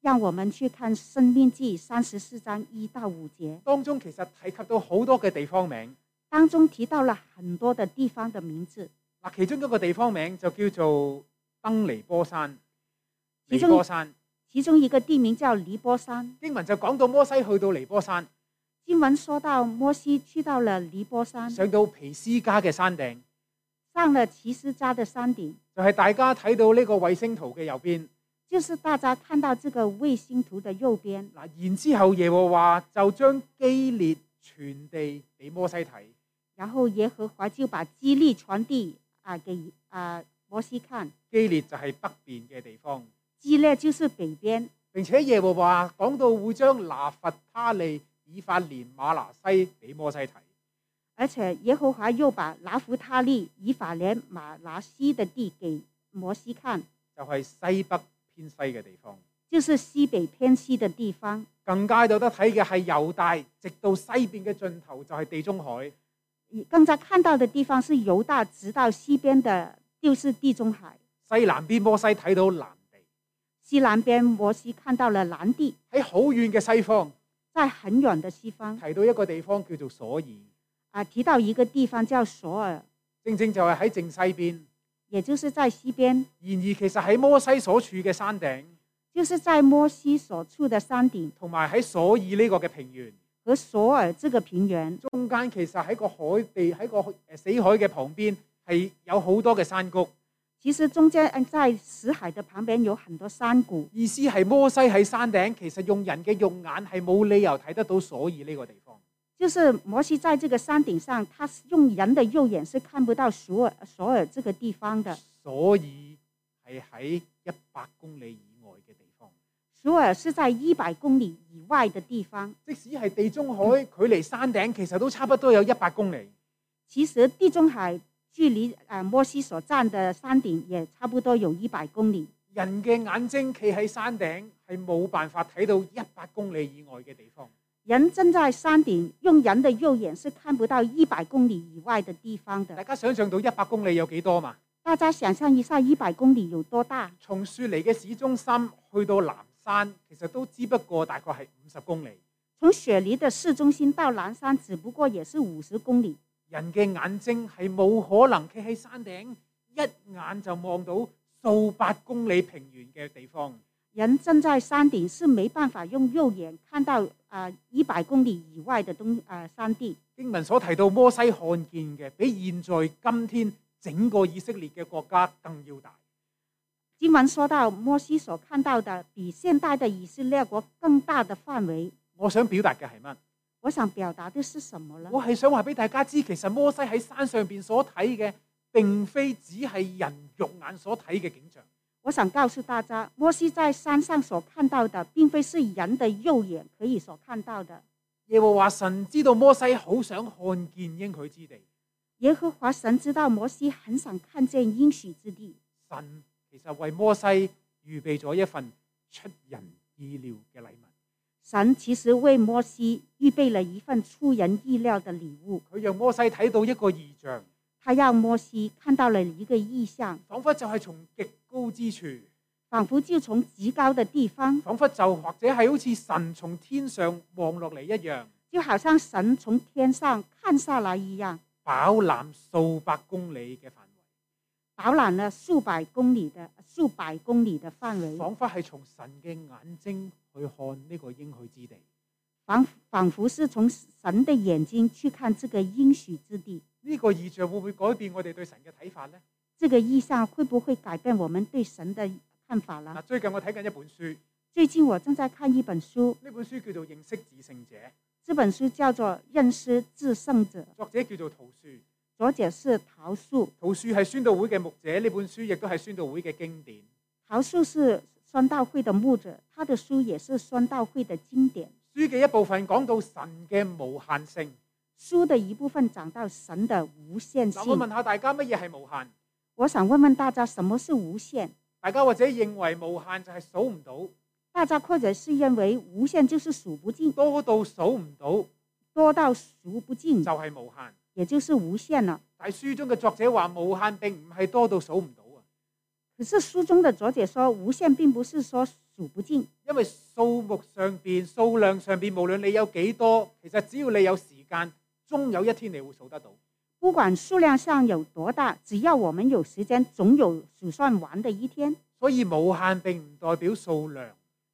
Speaker 2: 讓我們去看《生命記》三十四章一到五節，
Speaker 1: 當中其實提及到好多嘅地方名。
Speaker 2: 當中提到了很多的地方的名字，
Speaker 1: 嗱，其中一個地方名就叫做登尼波山。尼
Speaker 2: 其中
Speaker 1: 波山
Speaker 2: 其中一個地名叫尼波山。
Speaker 1: 經文就講到摩西去到尼波山，
Speaker 2: 經文說到摩西去到了尼波山，
Speaker 1: 上到皮斯加嘅山頂，
Speaker 2: 上了奇斯加的山頂，
Speaker 1: 就係、大家睇到呢個衛星圖嘅右邊。
Speaker 2: 就是大家看到這個衛星圖的右邊。
Speaker 1: 嗱，然之後耶和華就將基列全地俾摩西睇。
Speaker 2: 然後耶和華就把基利傳遞啊給啊摩西看，
Speaker 1: 基列就係北邊嘅地方，
Speaker 2: 基列就是北邊。
Speaker 1: 並且耶和華講到會將拿佛他利、以法蓮、馬拿西俾摩西睇。
Speaker 2: 而且耶和华又把拿弗他利、以法莲、马拿西的地给摩西看，
Speaker 1: 就係西北偏西嘅地方。
Speaker 2: 就是西北偏西的地方。
Speaker 1: 更加有得睇嘅係猶大，直到西邊嘅盡頭就係地中海。
Speaker 2: 更加看到的地方是犹大，直到西边的就是地中海。
Speaker 1: 西南邊摩西睇到南地，
Speaker 2: 西南边摩西看到了南地，
Speaker 1: 喺好遠嘅西方
Speaker 2: 在很远的西方
Speaker 1: 提到一個地方叫做所爾，
Speaker 2: 啊，提到一个地方叫索尔，
Speaker 1: 正正就係喺正西邊。
Speaker 2: 也就是在西边，
Speaker 1: 然而其實喺摩西所處嘅山頂，
Speaker 2: 就是在摩西所处的山顶
Speaker 1: 同埋喺所爾呢個嘅平原
Speaker 2: 和索尔这个平原
Speaker 1: 中間，其實喺個海地喺個誒死海嘅旁邊係有好多嘅山谷。
Speaker 2: 其实中间嗯在死海的旁边有很多山谷。
Speaker 1: 意思係摩西喺山頂，其實用人嘅肉眼係冇理由睇得到所爾呢個地方。
Speaker 2: 就是摩西在这个山顶上，他是用人的肉眼是看不到索尔索尔这个地方的。
Speaker 1: 所以係喺一百公里以外嘅地方。
Speaker 2: 索尔是在一百公里以外的地方。
Speaker 1: 即使係地中海，距離山頂其實都差不多有一百公里。
Speaker 2: 其实地中海距离呃摩西所站的山顶也差不多有一百公里。
Speaker 1: 人嘅眼睛企喺山頂係冇辦法睇到一百公里以外嘅地方。
Speaker 2: 人站在山顶，用人的肉眼是看不到一百公里以外的地方
Speaker 1: 大
Speaker 2: 的。
Speaker 1: 家想象到一百公里有幾多嘛？
Speaker 2: 大家想象一下，一百公里有多大？
Speaker 1: 從雪梨嘅市中心去到南山，其實都只不過大概係五十公里。
Speaker 2: 从雪梨的市中心到南山，只不过也是五十公里。
Speaker 1: 人嘅眼睛係冇可能企喺山頂，一眼就望到數百公里平原嘅地方。
Speaker 2: 人站在山顶是没办法用肉眼看到啊一百公里以外的东啊、山地。
Speaker 1: 經文所提到摩西看見嘅，比現在今天整個以色列嘅國家更要大。
Speaker 2: 经文说到摩西所看到的比现代的以色列国更大的范围，
Speaker 1: 我想表達嘅係乜？
Speaker 2: 我想表达的是什么呢？
Speaker 1: 我係想話俾大家知，其實摩西喺山上邊所睇嘅，並非只係人肉眼所睇嘅景象。
Speaker 2: 我想告訴大家，摩西在山上所看到的，并非是人的肉眼可以所看到的。
Speaker 1: 耶和華神知道摩西好想看見應許之地，
Speaker 2: 耶和华神知道摩西很想看见应许之地，
Speaker 1: 神其實為摩西預備咗一份出人意料嘅禮物。
Speaker 2: 神其实为摩西预备了一份出人意料的礼物，
Speaker 1: 佢讓摩西睇到一個異象，
Speaker 2: 他让摩西看到了一个意象，
Speaker 1: 彷彿就係從極高之處，
Speaker 2: 仿佛就从极高的地方，
Speaker 1: 彷彿就或者係好似神從天上望落嚟一樣，
Speaker 2: 就好像神从天上看下来一样，
Speaker 1: 飽覽數百公里嘅範圍，
Speaker 2: 饱览了数百公里的数百公里的范围，
Speaker 1: 彷彿係從神嘅眼睛去看呢個應許之地。
Speaker 2: 仿仿佛是从神的眼睛去看这个应许之地。
Speaker 1: 呢、個異象會唔會改變我哋對神嘅睇法呢？
Speaker 2: 这个意象会不会改变我们对神的看法
Speaker 1: 嗱，
Speaker 2: 啦？
Speaker 1: 最近我睇緊一本書，
Speaker 2: 最近我正在看一本书，
Speaker 1: 呢本書叫做《認識至聖者》，
Speaker 2: 这本书叫做《认识至圣者》，
Speaker 1: 作者叫做陶樹。
Speaker 2: 作者是桃树。
Speaker 1: 陶樹係宣道會嘅牧者，呢本書亦都係宣道會嘅經典。
Speaker 2: 桃树是宣道会的牧者，他的书也是宣道会的经典。
Speaker 1: 書嘅一部分講到神嘅無限性。
Speaker 2: 书的一部分讲到神的无限性
Speaker 1: 嗱，。我問下大家乜嘢係無限？
Speaker 2: 我想问问大家，什么是无限？
Speaker 1: 大家或者認為無限就係數唔到，
Speaker 2: 大家或者是认为无限就是数不尽，
Speaker 1: 多到數唔到
Speaker 2: 多到数不尽，
Speaker 1: 就係無限。
Speaker 2: 也就是無限了。
Speaker 1: 但係書中嘅作者話無限並唔係多到數唔到啊，
Speaker 2: 可是书中的作者说，无限并不是说数不尽，
Speaker 1: 因為數目上邊、數量上邊，無論你有幾多，其實只要你有時間，終有一天你會數得到。
Speaker 2: 不管数量上有多大，只要我们有时间，总有数算完的一天。
Speaker 1: 所以無限並唔代表數量，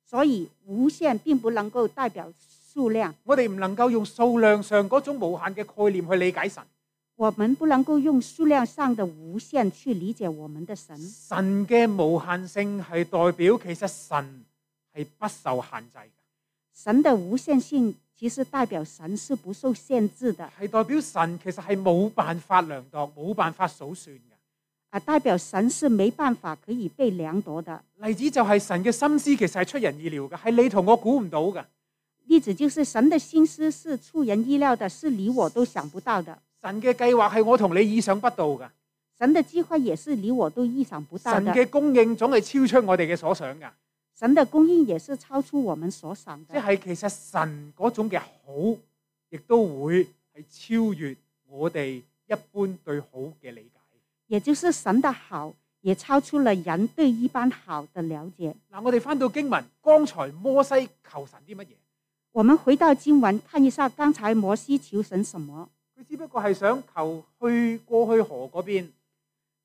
Speaker 2: 所以，无限并不能够代表数量，
Speaker 1: 我哋唔能夠用數量上嗰種無限嘅概念去理解神。
Speaker 2: 我们不能够用数量上的无限去理解我们的神。
Speaker 1: 神嘅無限性係代表其實神係不受限制嘅。
Speaker 2: 神的无限性其实代表神是不受限制的，啊、
Speaker 1: 係代表神其實係冇辦法量度、冇辦法數算嘅。
Speaker 2: 啊代表神是没办法可以被量度的。
Speaker 1: 例子就係神嘅心思其實係出人意料嘅，係你同我估唔到嘅。
Speaker 2: 例子就是神的心思是出人意料的，是你我都想不到的。
Speaker 1: 神嘅計劃係我同你意想不到嘅，
Speaker 2: 神的计划也是你我都意想不到
Speaker 1: 神
Speaker 2: 的。
Speaker 1: 嘅供應總係超出我哋嘅所想嘅，
Speaker 2: 神的供应也是超出我们所想
Speaker 1: 即
Speaker 2: 的，
Speaker 1: 係其實神嗰種嘅好，亦都會係超越我哋一般對好嘅理解。
Speaker 2: 也就是神的好也超出了人对一般好的了解。
Speaker 1: 嗱，我哋翻到經文，剛才摩西求神啲乜嘢？
Speaker 2: 我们回到经文看一下，刚才摩西求神什么？
Speaker 1: 佢只不過係想求去過去河嗰邊，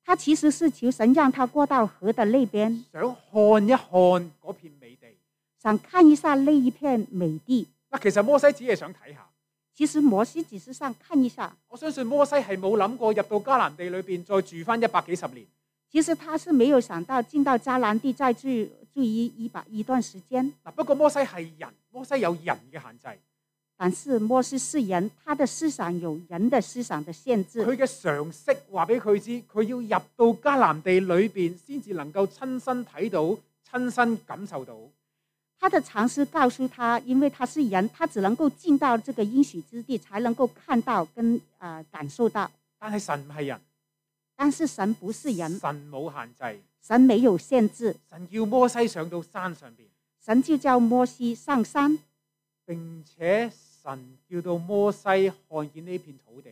Speaker 2: 他其实是求神让他过到河的那边，
Speaker 1: 想看一看嗰片美地。
Speaker 2: 想看一下那一片美地。
Speaker 1: 嗱，其實摩西只係想睇下，
Speaker 2: 其实摩西只是想看一下，
Speaker 1: 我相信摩西係冇諗過入到迦南地裏邊再住翻一百幾十年，
Speaker 2: 其实他是没有想到进到迦南地再住住一一把一段时间。
Speaker 1: 嗱，不過摩西係人，摩西有人嘅限制，
Speaker 2: 但是摩西是人，他的思想有人的思想的限制。
Speaker 1: 佢嘅常識話俾佢知，佢要入到迦南地裏邊先至能夠親身睇到、親身感受到。
Speaker 2: 他的常识告诉他，因为他是人，他只能够进到这个应许之地，才能够看到跟啊、呃感受到。
Speaker 1: 但係神唔係人，
Speaker 2: 但是神不是人，
Speaker 1: 神冇限制，
Speaker 2: 神没有限制，
Speaker 1: 神叫摩西上到山上邊，
Speaker 2: 神就叫摩西上山，
Speaker 1: 並且神叫到摩西看見呢片土地，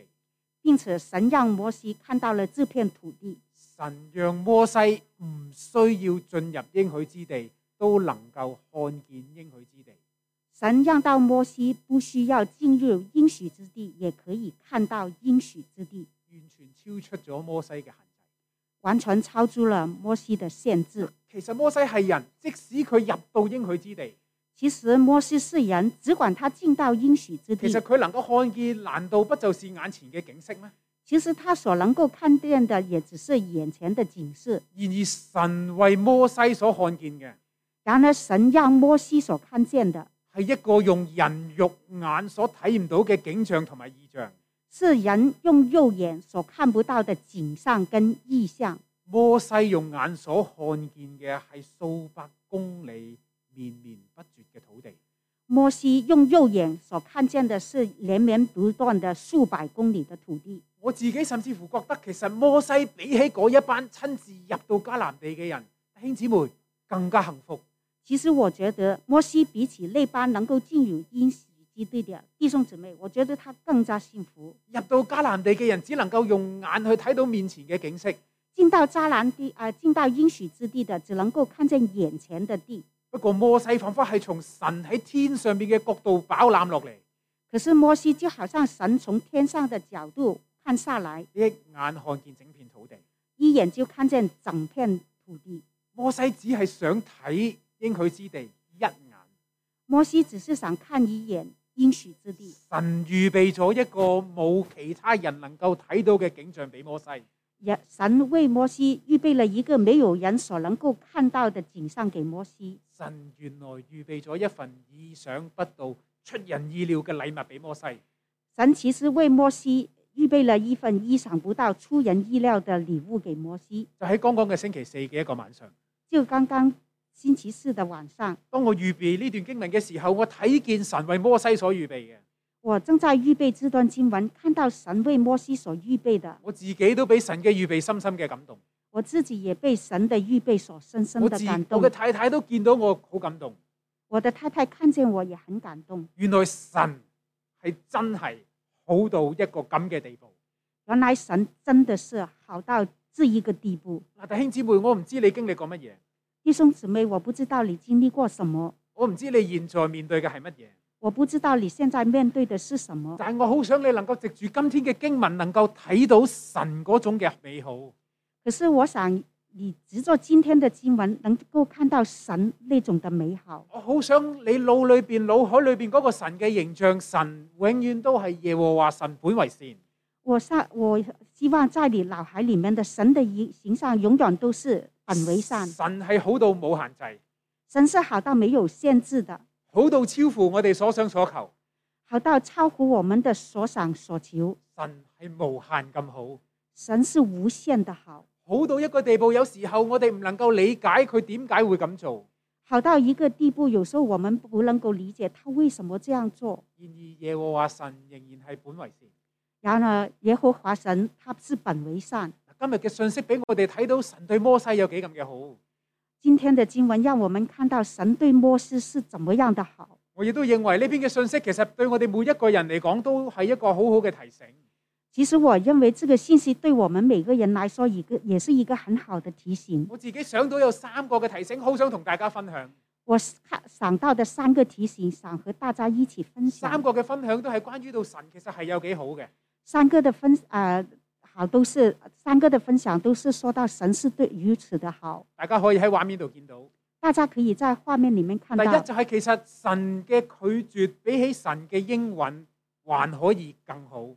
Speaker 2: 并且神让摩西看到了这片土地。
Speaker 1: 神讓摩西唔需要進入應許之地，都能夠看見應許之地。
Speaker 2: 神让到摩西不需要进入应许之地，也可以看到应许之地，
Speaker 1: 完全超出咗摩西嘅限制。
Speaker 2: 完全超出了摩西的限制。
Speaker 1: 其實摩西係人，即使佢入到應許之地，
Speaker 2: 其实摩西是人，只管他进到应许之
Speaker 1: 其
Speaker 2: 地
Speaker 1: 實，佢能夠看見，難道不就是眼前嘅景色咩？
Speaker 2: 其实他所能够看见的也只是眼前的景色。
Speaker 1: 然而神為摩西所看見嘅，
Speaker 2: 然而，神让摩西所看见的
Speaker 1: 係一個用人肉眼所睇唔到嘅景象同埋意象。
Speaker 2: 是人用肉眼所看不到的景象跟意象。
Speaker 1: 摩西用眼所看見嘅係數百公里綿綿不絕嘅土地。
Speaker 2: 摩西用肉眼所看见的是连绵不断的数百公里的土地。
Speaker 1: 我自己甚至乎覺得，其實摩西比起嗰一班親自入到迦南地嘅人，弟兄姊妹更加幸福。
Speaker 2: 其实我觉得摩西比起那班能够进入应许之地的弟兄姊妹，我觉得他更加幸福。
Speaker 1: 入到迦南地嘅人只能夠用眼去睇到面前嘅景色，
Speaker 2: 进到迦南地啊、进到应许之地的，只能够看见眼前的地。
Speaker 1: 不過摩西彷彿係從神喺天上邊嘅角度飽覽落嚟，
Speaker 2: 可是摩西就好像神从天上的角度看下来，
Speaker 1: 一眼看見整片土地。
Speaker 2: 一眼就看见整片土地。
Speaker 1: 摩西只係想睇應許之地一眼，
Speaker 2: 摩西只是想看一眼应许之地，
Speaker 1: 神預備咗一個冇其他人能夠睇到嘅景象俾摩西。
Speaker 2: 也神为摩西预备了一个没有人所能够看到的景象给摩西。
Speaker 1: 神原來預備咗一份意想不到、出人意料嘅禮物俾摩西。
Speaker 2: 神其实为摩西预备了一份意想不到、出人意料的礼物给摩西。
Speaker 1: 就喺剛剛嘅星期四嘅一個晚上，
Speaker 2: 就刚刚星期四的晚上，
Speaker 1: 當我預備呢段經文嘅時候，我睇見神為摩西所預備嘅，
Speaker 2: 我正在预备这段经文，看到神为摩西所预备的，
Speaker 1: 我自己都俾神嘅預備深深嘅感動。
Speaker 2: 我自己也被神的预备所深深
Speaker 1: 我
Speaker 2: 的
Speaker 1: 自
Speaker 2: 感
Speaker 1: 我
Speaker 2: 动
Speaker 1: 嘅。太太都見到我好感動。
Speaker 2: 我的太太看见我也很感动。
Speaker 1: 原來神係真係好到一個咁嘅地步。
Speaker 2: 原来神真的是好到这一个地步。
Speaker 1: 嗱，弟兄姊妹，我唔知你經歷過乜嘢，
Speaker 2: 弟兄姊妹，我不知道你经历过什么，
Speaker 1: 我唔知你現在面對嘅係乜嘢，
Speaker 2: 我不知道你现在面对的是什么，
Speaker 1: 但係我好想你能夠藉住今天嘅經文，能夠睇到神嗰種嘅美好。
Speaker 2: 可是我想你执着今天的经文，能够看到神那种的美好。
Speaker 1: 我好想你腦裏邊、腦海裏邊嗰個神嘅形象，神永遠都係耶和華神本為善。
Speaker 2: 我上我希望在你脑海里面的神的形形象永远都是本为善，
Speaker 1: 神係好到冇限制，
Speaker 2: 神是好到没有限制的，
Speaker 1: 好到超乎我哋所想所求。
Speaker 2: 好到超乎我们的所想所求，
Speaker 1: 神係無限咁好，
Speaker 2: 神是无限的好，
Speaker 1: 好到一個地步，有時候我哋唔能夠理解佢點解會咁做。
Speaker 2: 好到一个地步，有时候我们不能够理解他为什么这样做。
Speaker 1: 然而耶和華神仍然係本為善。
Speaker 2: 然而耶和华神他是本为善。
Speaker 1: 今日嘅信息俾我哋睇到神對摩西有幾咁嘅好，
Speaker 2: 今天的经文让我们看到神对摩西是怎么样的好。
Speaker 1: 我亦都認為呢篇嘅信息其實對我哋每一個人嚟講都係一個好好嘅提醒。
Speaker 2: 其实我认为这个信息对我们每个人来说，一个也是一个很好的提醒。
Speaker 1: 我自己想到有三個嘅提醒，好想同大家分享。
Speaker 2: 我看想到的三个提醒，想和大家一起分享。
Speaker 1: 三個嘅分享都係關於到神其實係有幾好嘅。
Speaker 2: 三个的分呃，好都是三个的分享都是说到神是对如此的好，
Speaker 1: 大家可以喺畫面度見到。
Speaker 2: 大家可以在画面里面看
Speaker 1: 第一
Speaker 2: 到。
Speaker 1: 就係其實神嘅拒絕比起神嘅應允還可以更好。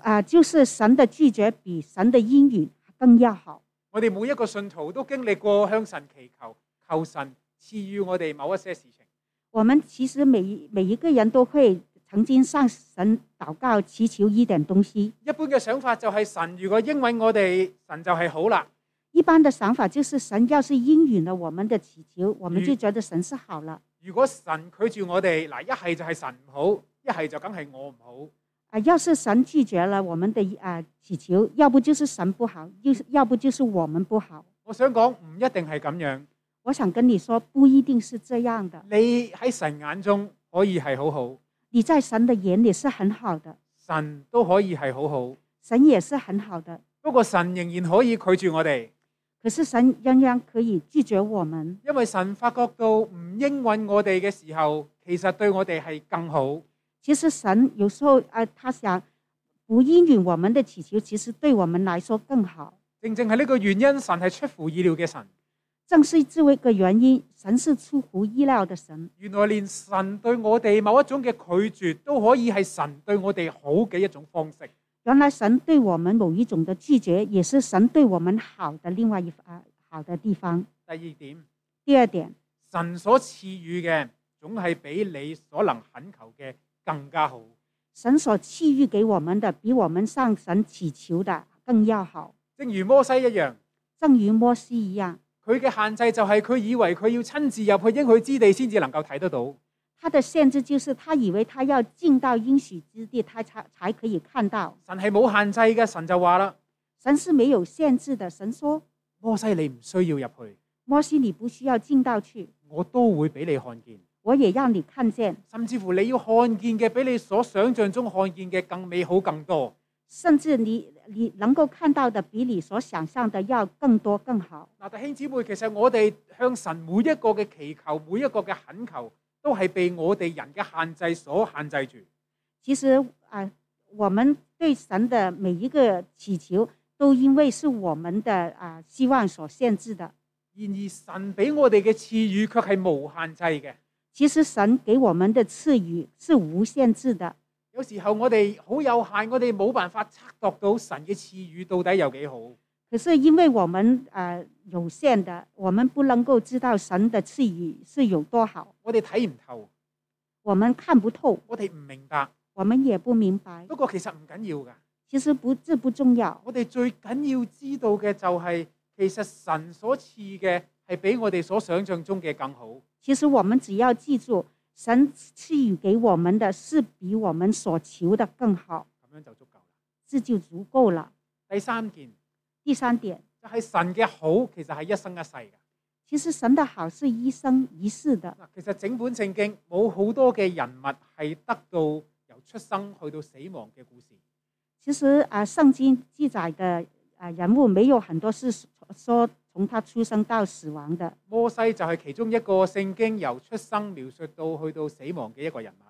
Speaker 2: 啊、就是神的拒绝比神的应允更要好。
Speaker 1: 我哋每一個信徒都經歷過向神祈求，求神賜予我哋某一些事情。
Speaker 2: 我们其实每一每一个人都会曾经向神祷告祈求一点东西。
Speaker 1: 一般嘅想法就係神如果應允我哋，神就係好啦。
Speaker 2: 一般的想法就是，神要是应允了我们的祈求，我们就
Speaker 1: 嗯
Speaker 2: 觉得神是好了。
Speaker 1: 如果神拒絕我哋，嗱一係就係神唔好，一係就梗係我唔好。
Speaker 2: 啊，要是神拒绝了我们的啊祈求，要不就是神不好，又是要不就是我们不好。
Speaker 1: 我想講唔一定係咁樣。
Speaker 2: 我想跟你说，不一定是这样的。
Speaker 1: 你喺神眼中可以係好好。
Speaker 2: 你在神的眼里是很好的，
Speaker 1: 神都可以係好好，
Speaker 2: 神也是很好的，
Speaker 1: 不過神仍然可以拒絕我哋，
Speaker 2: 可是神仍然可以拒绝我们，
Speaker 1: 因為神發覺到唔應允我哋嘅時候，其實對我哋係更好。
Speaker 2: 其实神有时候啊，他想不应允我们的祈求，其实对我们来说更好。
Speaker 1: 正正係呢個原因，神係出乎意料嘅神。
Speaker 2: 正是这为个原因，神是出乎意料的神。
Speaker 1: 原來連神對我哋某一種嘅拒絕，都可以係神對我哋好嘅一種方式。
Speaker 2: 原来神对我们某一种的拒绝，也是神对我们好的另外一啊好的地方。
Speaker 1: 第二點，
Speaker 2: 第二点，
Speaker 1: 神所賜予嘅總係比你所能懇求嘅更加好。
Speaker 2: 神所赐予给我们的，比我们向神祈求的更要好。
Speaker 1: 正如摩西一樣，
Speaker 2: 正如摩西一样，
Speaker 1: 佢嘅限制就係佢以為佢要親自入去應許之地先至能夠睇得到。
Speaker 2: 他的限制就是他以为他要进到应许之地，他才才可以看到。
Speaker 1: 神係冇限制嘅，神就話啦：
Speaker 2: 神是没有限制的。神说
Speaker 1: 摩西你唔需要入去，
Speaker 2: 摩西，你不需要进到去，
Speaker 1: 我都會俾你看見。
Speaker 2: 我也让你看见，
Speaker 1: 甚至乎你要看見嘅，比你所想象中看見嘅更美好、更多。
Speaker 2: 甚至你你能够看到的比你所想象的要更多更好。
Speaker 1: 嗱，弟兄姊妹，其實我哋向神每一個嘅祈求、每一個嘅懇求，都係被我哋人嘅限制所限制住。
Speaker 2: 其实啊、我们对神的每一个祈求，都因为是我们的啊、希望所限制的。
Speaker 1: 然而神俾我哋嘅賜予卻係無限制嘅。
Speaker 2: 其实神给我们的赐予是无限制的。
Speaker 1: 有時候我哋好有限，我哋冇辦法測度到神嘅賜予到底有幾好。
Speaker 2: 可是因为我们呃有限的，我们不能够知道神的赐予是有多好，
Speaker 1: 我哋睇唔透，
Speaker 2: 我们看不透，
Speaker 1: 我哋唔明白。
Speaker 2: 我们也不明白。
Speaker 1: 不過其實唔緊要㗎。
Speaker 2: 其实不，这不重要。
Speaker 1: 我哋最緊要知道嘅就係、其實神所賜嘅係比我哋所想象中嘅更好。
Speaker 2: 其实我们只要记住，神赐予给我们的是比我们所求的更好，
Speaker 1: 咁樣就足夠啦。
Speaker 2: 这就足够了。
Speaker 1: 第三件
Speaker 2: 第三點，
Speaker 1: 就係、神嘅好，其實係一生一世嘅。
Speaker 2: 其實神的好是一生一世的。
Speaker 1: 嗱，其實整本聖經冇好多嘅人物係得到由出生去到死亡嘅故事。
Speaker 2: 其實啊，聖經記載的啊人物沒有很多是說從他出生到死亡的。
Speaker 1: 摩西就係其中一個聖經由出生描述到去到死亡嘅一個人物。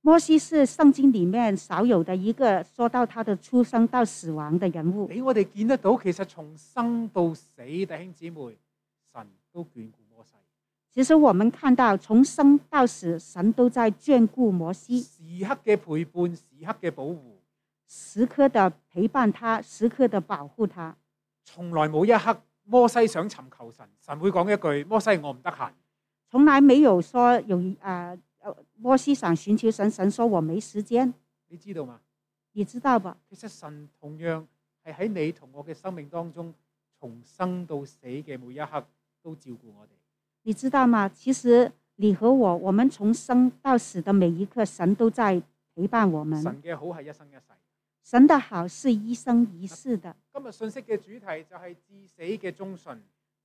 Speaker 2: 摩西是聖經裡面少有的一個說到他的出生到死亡的人物。
Speaker 1: 俾我哋見得到，其實從生到死，弟兄姊妹，神都眷顧摩西。
Speaker 2: 其實我們看到從生到死，神都在眷顧摩西，
Speaker 1: 時刻嘅陪伴，時刻嘅保護，
Speaker 2: 時刻的陪伴他，時刻的保護他。
Speaker 1: 從來冇一刻摩西想尋求神，神會講一句：摩西，我唔得閒。
Speaker 2: 從來沒有說有啊、呃摩西想尋求神，神說我沒時間，
Speaker 1: 你知道嘛？
Speaker 2: 你知道吧？
Speaker 1: 其實神同樣係喺你同我嘅生命當中，從生到死嘅每一刻都照顧我哋。
Speaker 2: 你知道吗？其实你和我，我们从生到死的每一刻，神都在陪伴我们。
Speaker 1: 神嘅好係一生一世。
Speaker 2: 神的好是一生一世的。
Speaker 1: 今日信息嘅主題就係至死嘅忠信。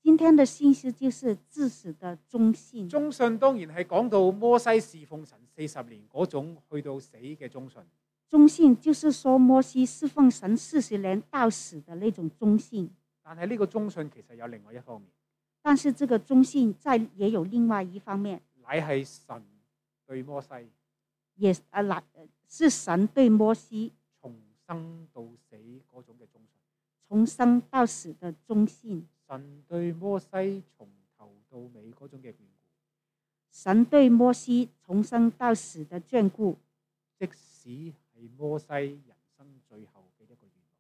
Speaker 2: 今天的信息就是至死的忠信。
Speaker 1: 忠信當然係講到摩西侍奉神四十年嗰種去到死嘅忠信。
Speaker 2: 忠信就是说，摩西侍奉神四十年到死的那种忠信。
Speaker 1: 但係呢個忠信其實有另外一方面，
Speaker 2: 但是这个忠信在也有另外一方面，
Speaker 1: 乃係神對摩西。
Speaker 2: 也啊来呃是神对摩西
Speaker 1: 從生到死嗰種嘅忠信。
Speaker 2: 从生到死的忠信，
Speaker 1: 神對摩西從頭到尾嗰種嘅眷顧，
Speaker 2: 神对摩西从生到死的眷顾。
Speaker 1: 即使係摩西人生最後嘅一個願望，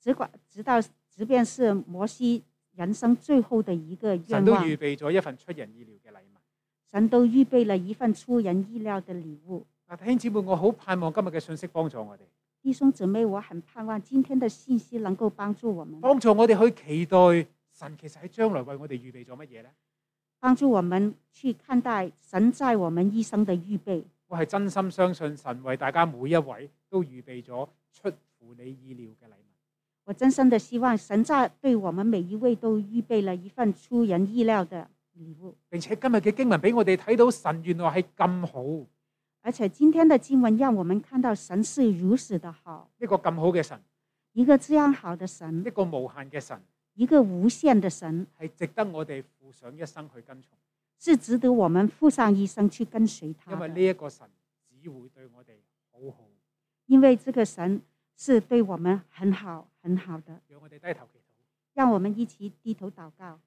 Speaker 2: 只管直到即便是摩西人生最后的一个愿
Speaker 1: 神都
Speaker 2: 望，
Speaker 1: 預備咗一份出人意料嘅禮物。
Speaker 2: 神都预备了一份出人意料的礼物。
Speaker 1: 嗱，弟兄姊妹，我好盼望今日嘅信息幫助我哋，
Speaker 2: 弟兄姊妹，我很盼望今天的信息能够帮助我们，
Speaker 1: 幫助我哋去期待神其實喺將來為我哋預備咗乜嘢呢？
Speaker 2: 帮助我们去看待神在我们一生的预备。
Speaker 1: 我係真心相信神為大家每一位都預備咗出乎你意料嘅禮物。
Speaker 2: 我真心的希望神在对我们每一位都预备了一份出人意料的礼物。
Speaker 1: 並且今日嘅經文俾我哋睇到神原來係咁好，
Speaker 2: 而且今天的经文让我们看到神是如此的好，
Speaker 1: 一個咁好嘅神，
Speaker 2: 一个这样好的神
Speaker 1: 一，個無限嘅神。
Speaker 2: 一个无限的神，
Speaker 1: 係值得我哋付上一生去跟從，
Speaker 2: 是值得我们付上一生去跟随他
Speaker 1: 因為
Speaker 2: 的
Speaker 1: 呢一個神只會對我哋好好。
Speaker 2: 因为这个神是对我们很好很好的。
Speaker 1: 讓我哋低頭祈禱，
Speaker 2: 让我们一起低头祷告，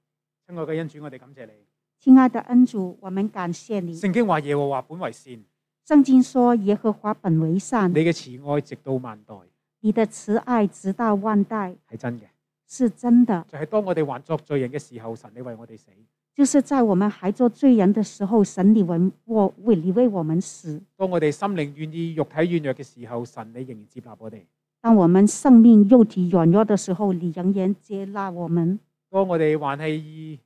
Speaker 1: 親愛嘅恩主，我哋感謝你。
Speaker 2: 亲爱的恩主，我们感谢你。
Speaker 1: 聖經話耶和華本為善，你
Speaker 2: 圣经说：“耶和华本为善，
Speaker 1: 嘅慈愛直到萬代，
Speaker 2: 你的慈爱直到万代。
Speaker 1: 係真嘅。”
Speaker 2: 是真的，
Speaker 1: 就係、當我哋還作罪人嘅時候，神你為我哋死；
Speaker 2: 就是在我们还做罪人的时候，神你为我为你为我们死；
Speaker 1: 當我哋心靈願意、肉體軟弱嘅時候，神你仍然接納我哋；
Speaker 2: 当我们生命肉体软弱的时候，你仍然接纳我们；
Speaker 1: 當我哋還係意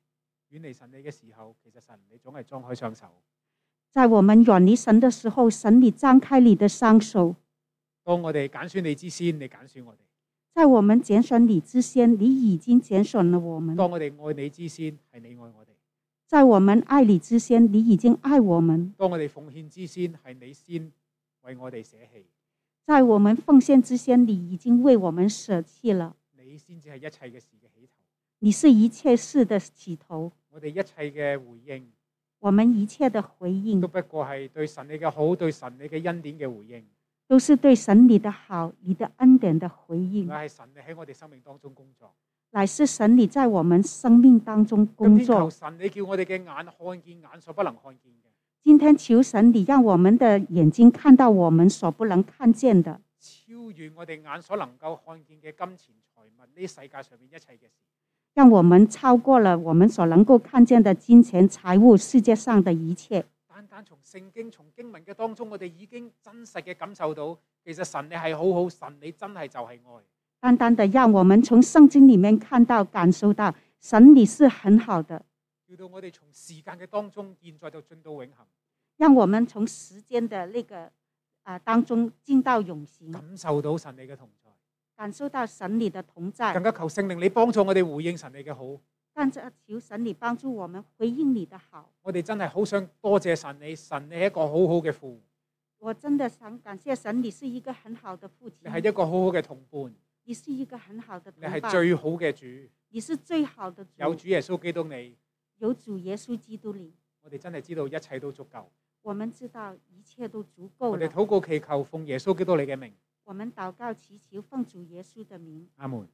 Speaker 1: 遠離神你嘅時候，其實神你總係張開雙手；
Speaker 2: 在我们远离神的时候，神你张开你的双手，
Speaker 1: 當我哋揀選你之先，你揀選我哋。
Speaker 2: 在我们拣选你之先，你已经拣选了我们；
Speaker 1: 當我哋愛你之先，係你愛我哋；
Speaker 2: 在我们爱你之先，你已经爱我们；
Speaker 1: 當我哋奉獻之先，係你先為我哋捨棄。
Speaker 2: 在我们奉献之先，你已经为我们舍弃了。
Speaker 1: 你先至係一切嘅事嘅起頭。
Speaker 2: 你是一切事的起头，
Speaker 1: 我哋一切嘅回應
Speaker 2: 我们一切的回
Speaker 1: 都
Speaker 2: 应
Speaker 1: 不過係對神你嘅好、對神你嘅恩典嘅回應。
Speaker 2: 都是对神你的好、你的恩典的回
Speaker 1: 而
Speaker 2: 应，
Speaker 1: 係神你喺我哋生命當中工作。
Speaker 2: 乃是神你在我们生命当中
Speaker 1: 今
Speaker 2: 工
Speaker 1: 天求
Speaker 2: 作。
Speaker 1: 神你叫我哋嘅眼看見眼所不能看見嘅，
Speaker 2: 今天求神你让我们的眼睛看到我们所不能看见的，
Speaker 1: 超越我哋眼所能夠看見嘅金錢財物呢世界上面一切嘅事。
Speaker 2: 让我们超过了我们所能够看见的金钱、财物、世界上的一切。
Speaker 1: 單單從聖經、從經文嘅當中，我哋已經真實嘅感受到，其實神你係好好，神你真係就係愛。
Speaker 2: 单单的让我们从圣经里面看到、感受到，神你是很好的，
Speaker 1: 叫到我哋從時間嘅當中，現在就進到永恆，
Speaker 2: 让我们从时间的那个啊、当中进到永行，
Speaker 1: 感受到神你嘅同在，
Speaker 2: 感受到神你的同在
Speaker 1: 更。加求聖靈你幫助我哋回應神你嘅好。
Speaker 2: 但这求神你帮助我们回应你的好。
Speaker 1: 我哋真係好想多謝神你，神你係一個好好嘅父，
Speaker 2: 我真的想感谢神，你是一个很好的父亲
Speaker 1: 你，係一個好好嘅同伴，
Speaker 2: 你是一个很好的
Speaker 1: 你
Speaker 2: 同
Speaker 1: 係
Speaker 2: 伴，
Speaker 1: 最好嘅主，
Speaker 2: 你是最好的
Speaker 1: 有
Speaker 2: 主，
Speaker 1: 主耶穌基督你，
Speaker 2: 有主耶稣基督你。
Speaker 1: 我哋真係知道一切都足夠。
Speaker 2: 我们知道一切都足够
Speaker 1: 我哋
Speaker 2: 了。
Speaker 1: 禱告祈求，奉耶穌基督你嘅名，
Speaker 2: 我们祷告祈求，奉主耶稣的名，
Speaker 1: 阿門。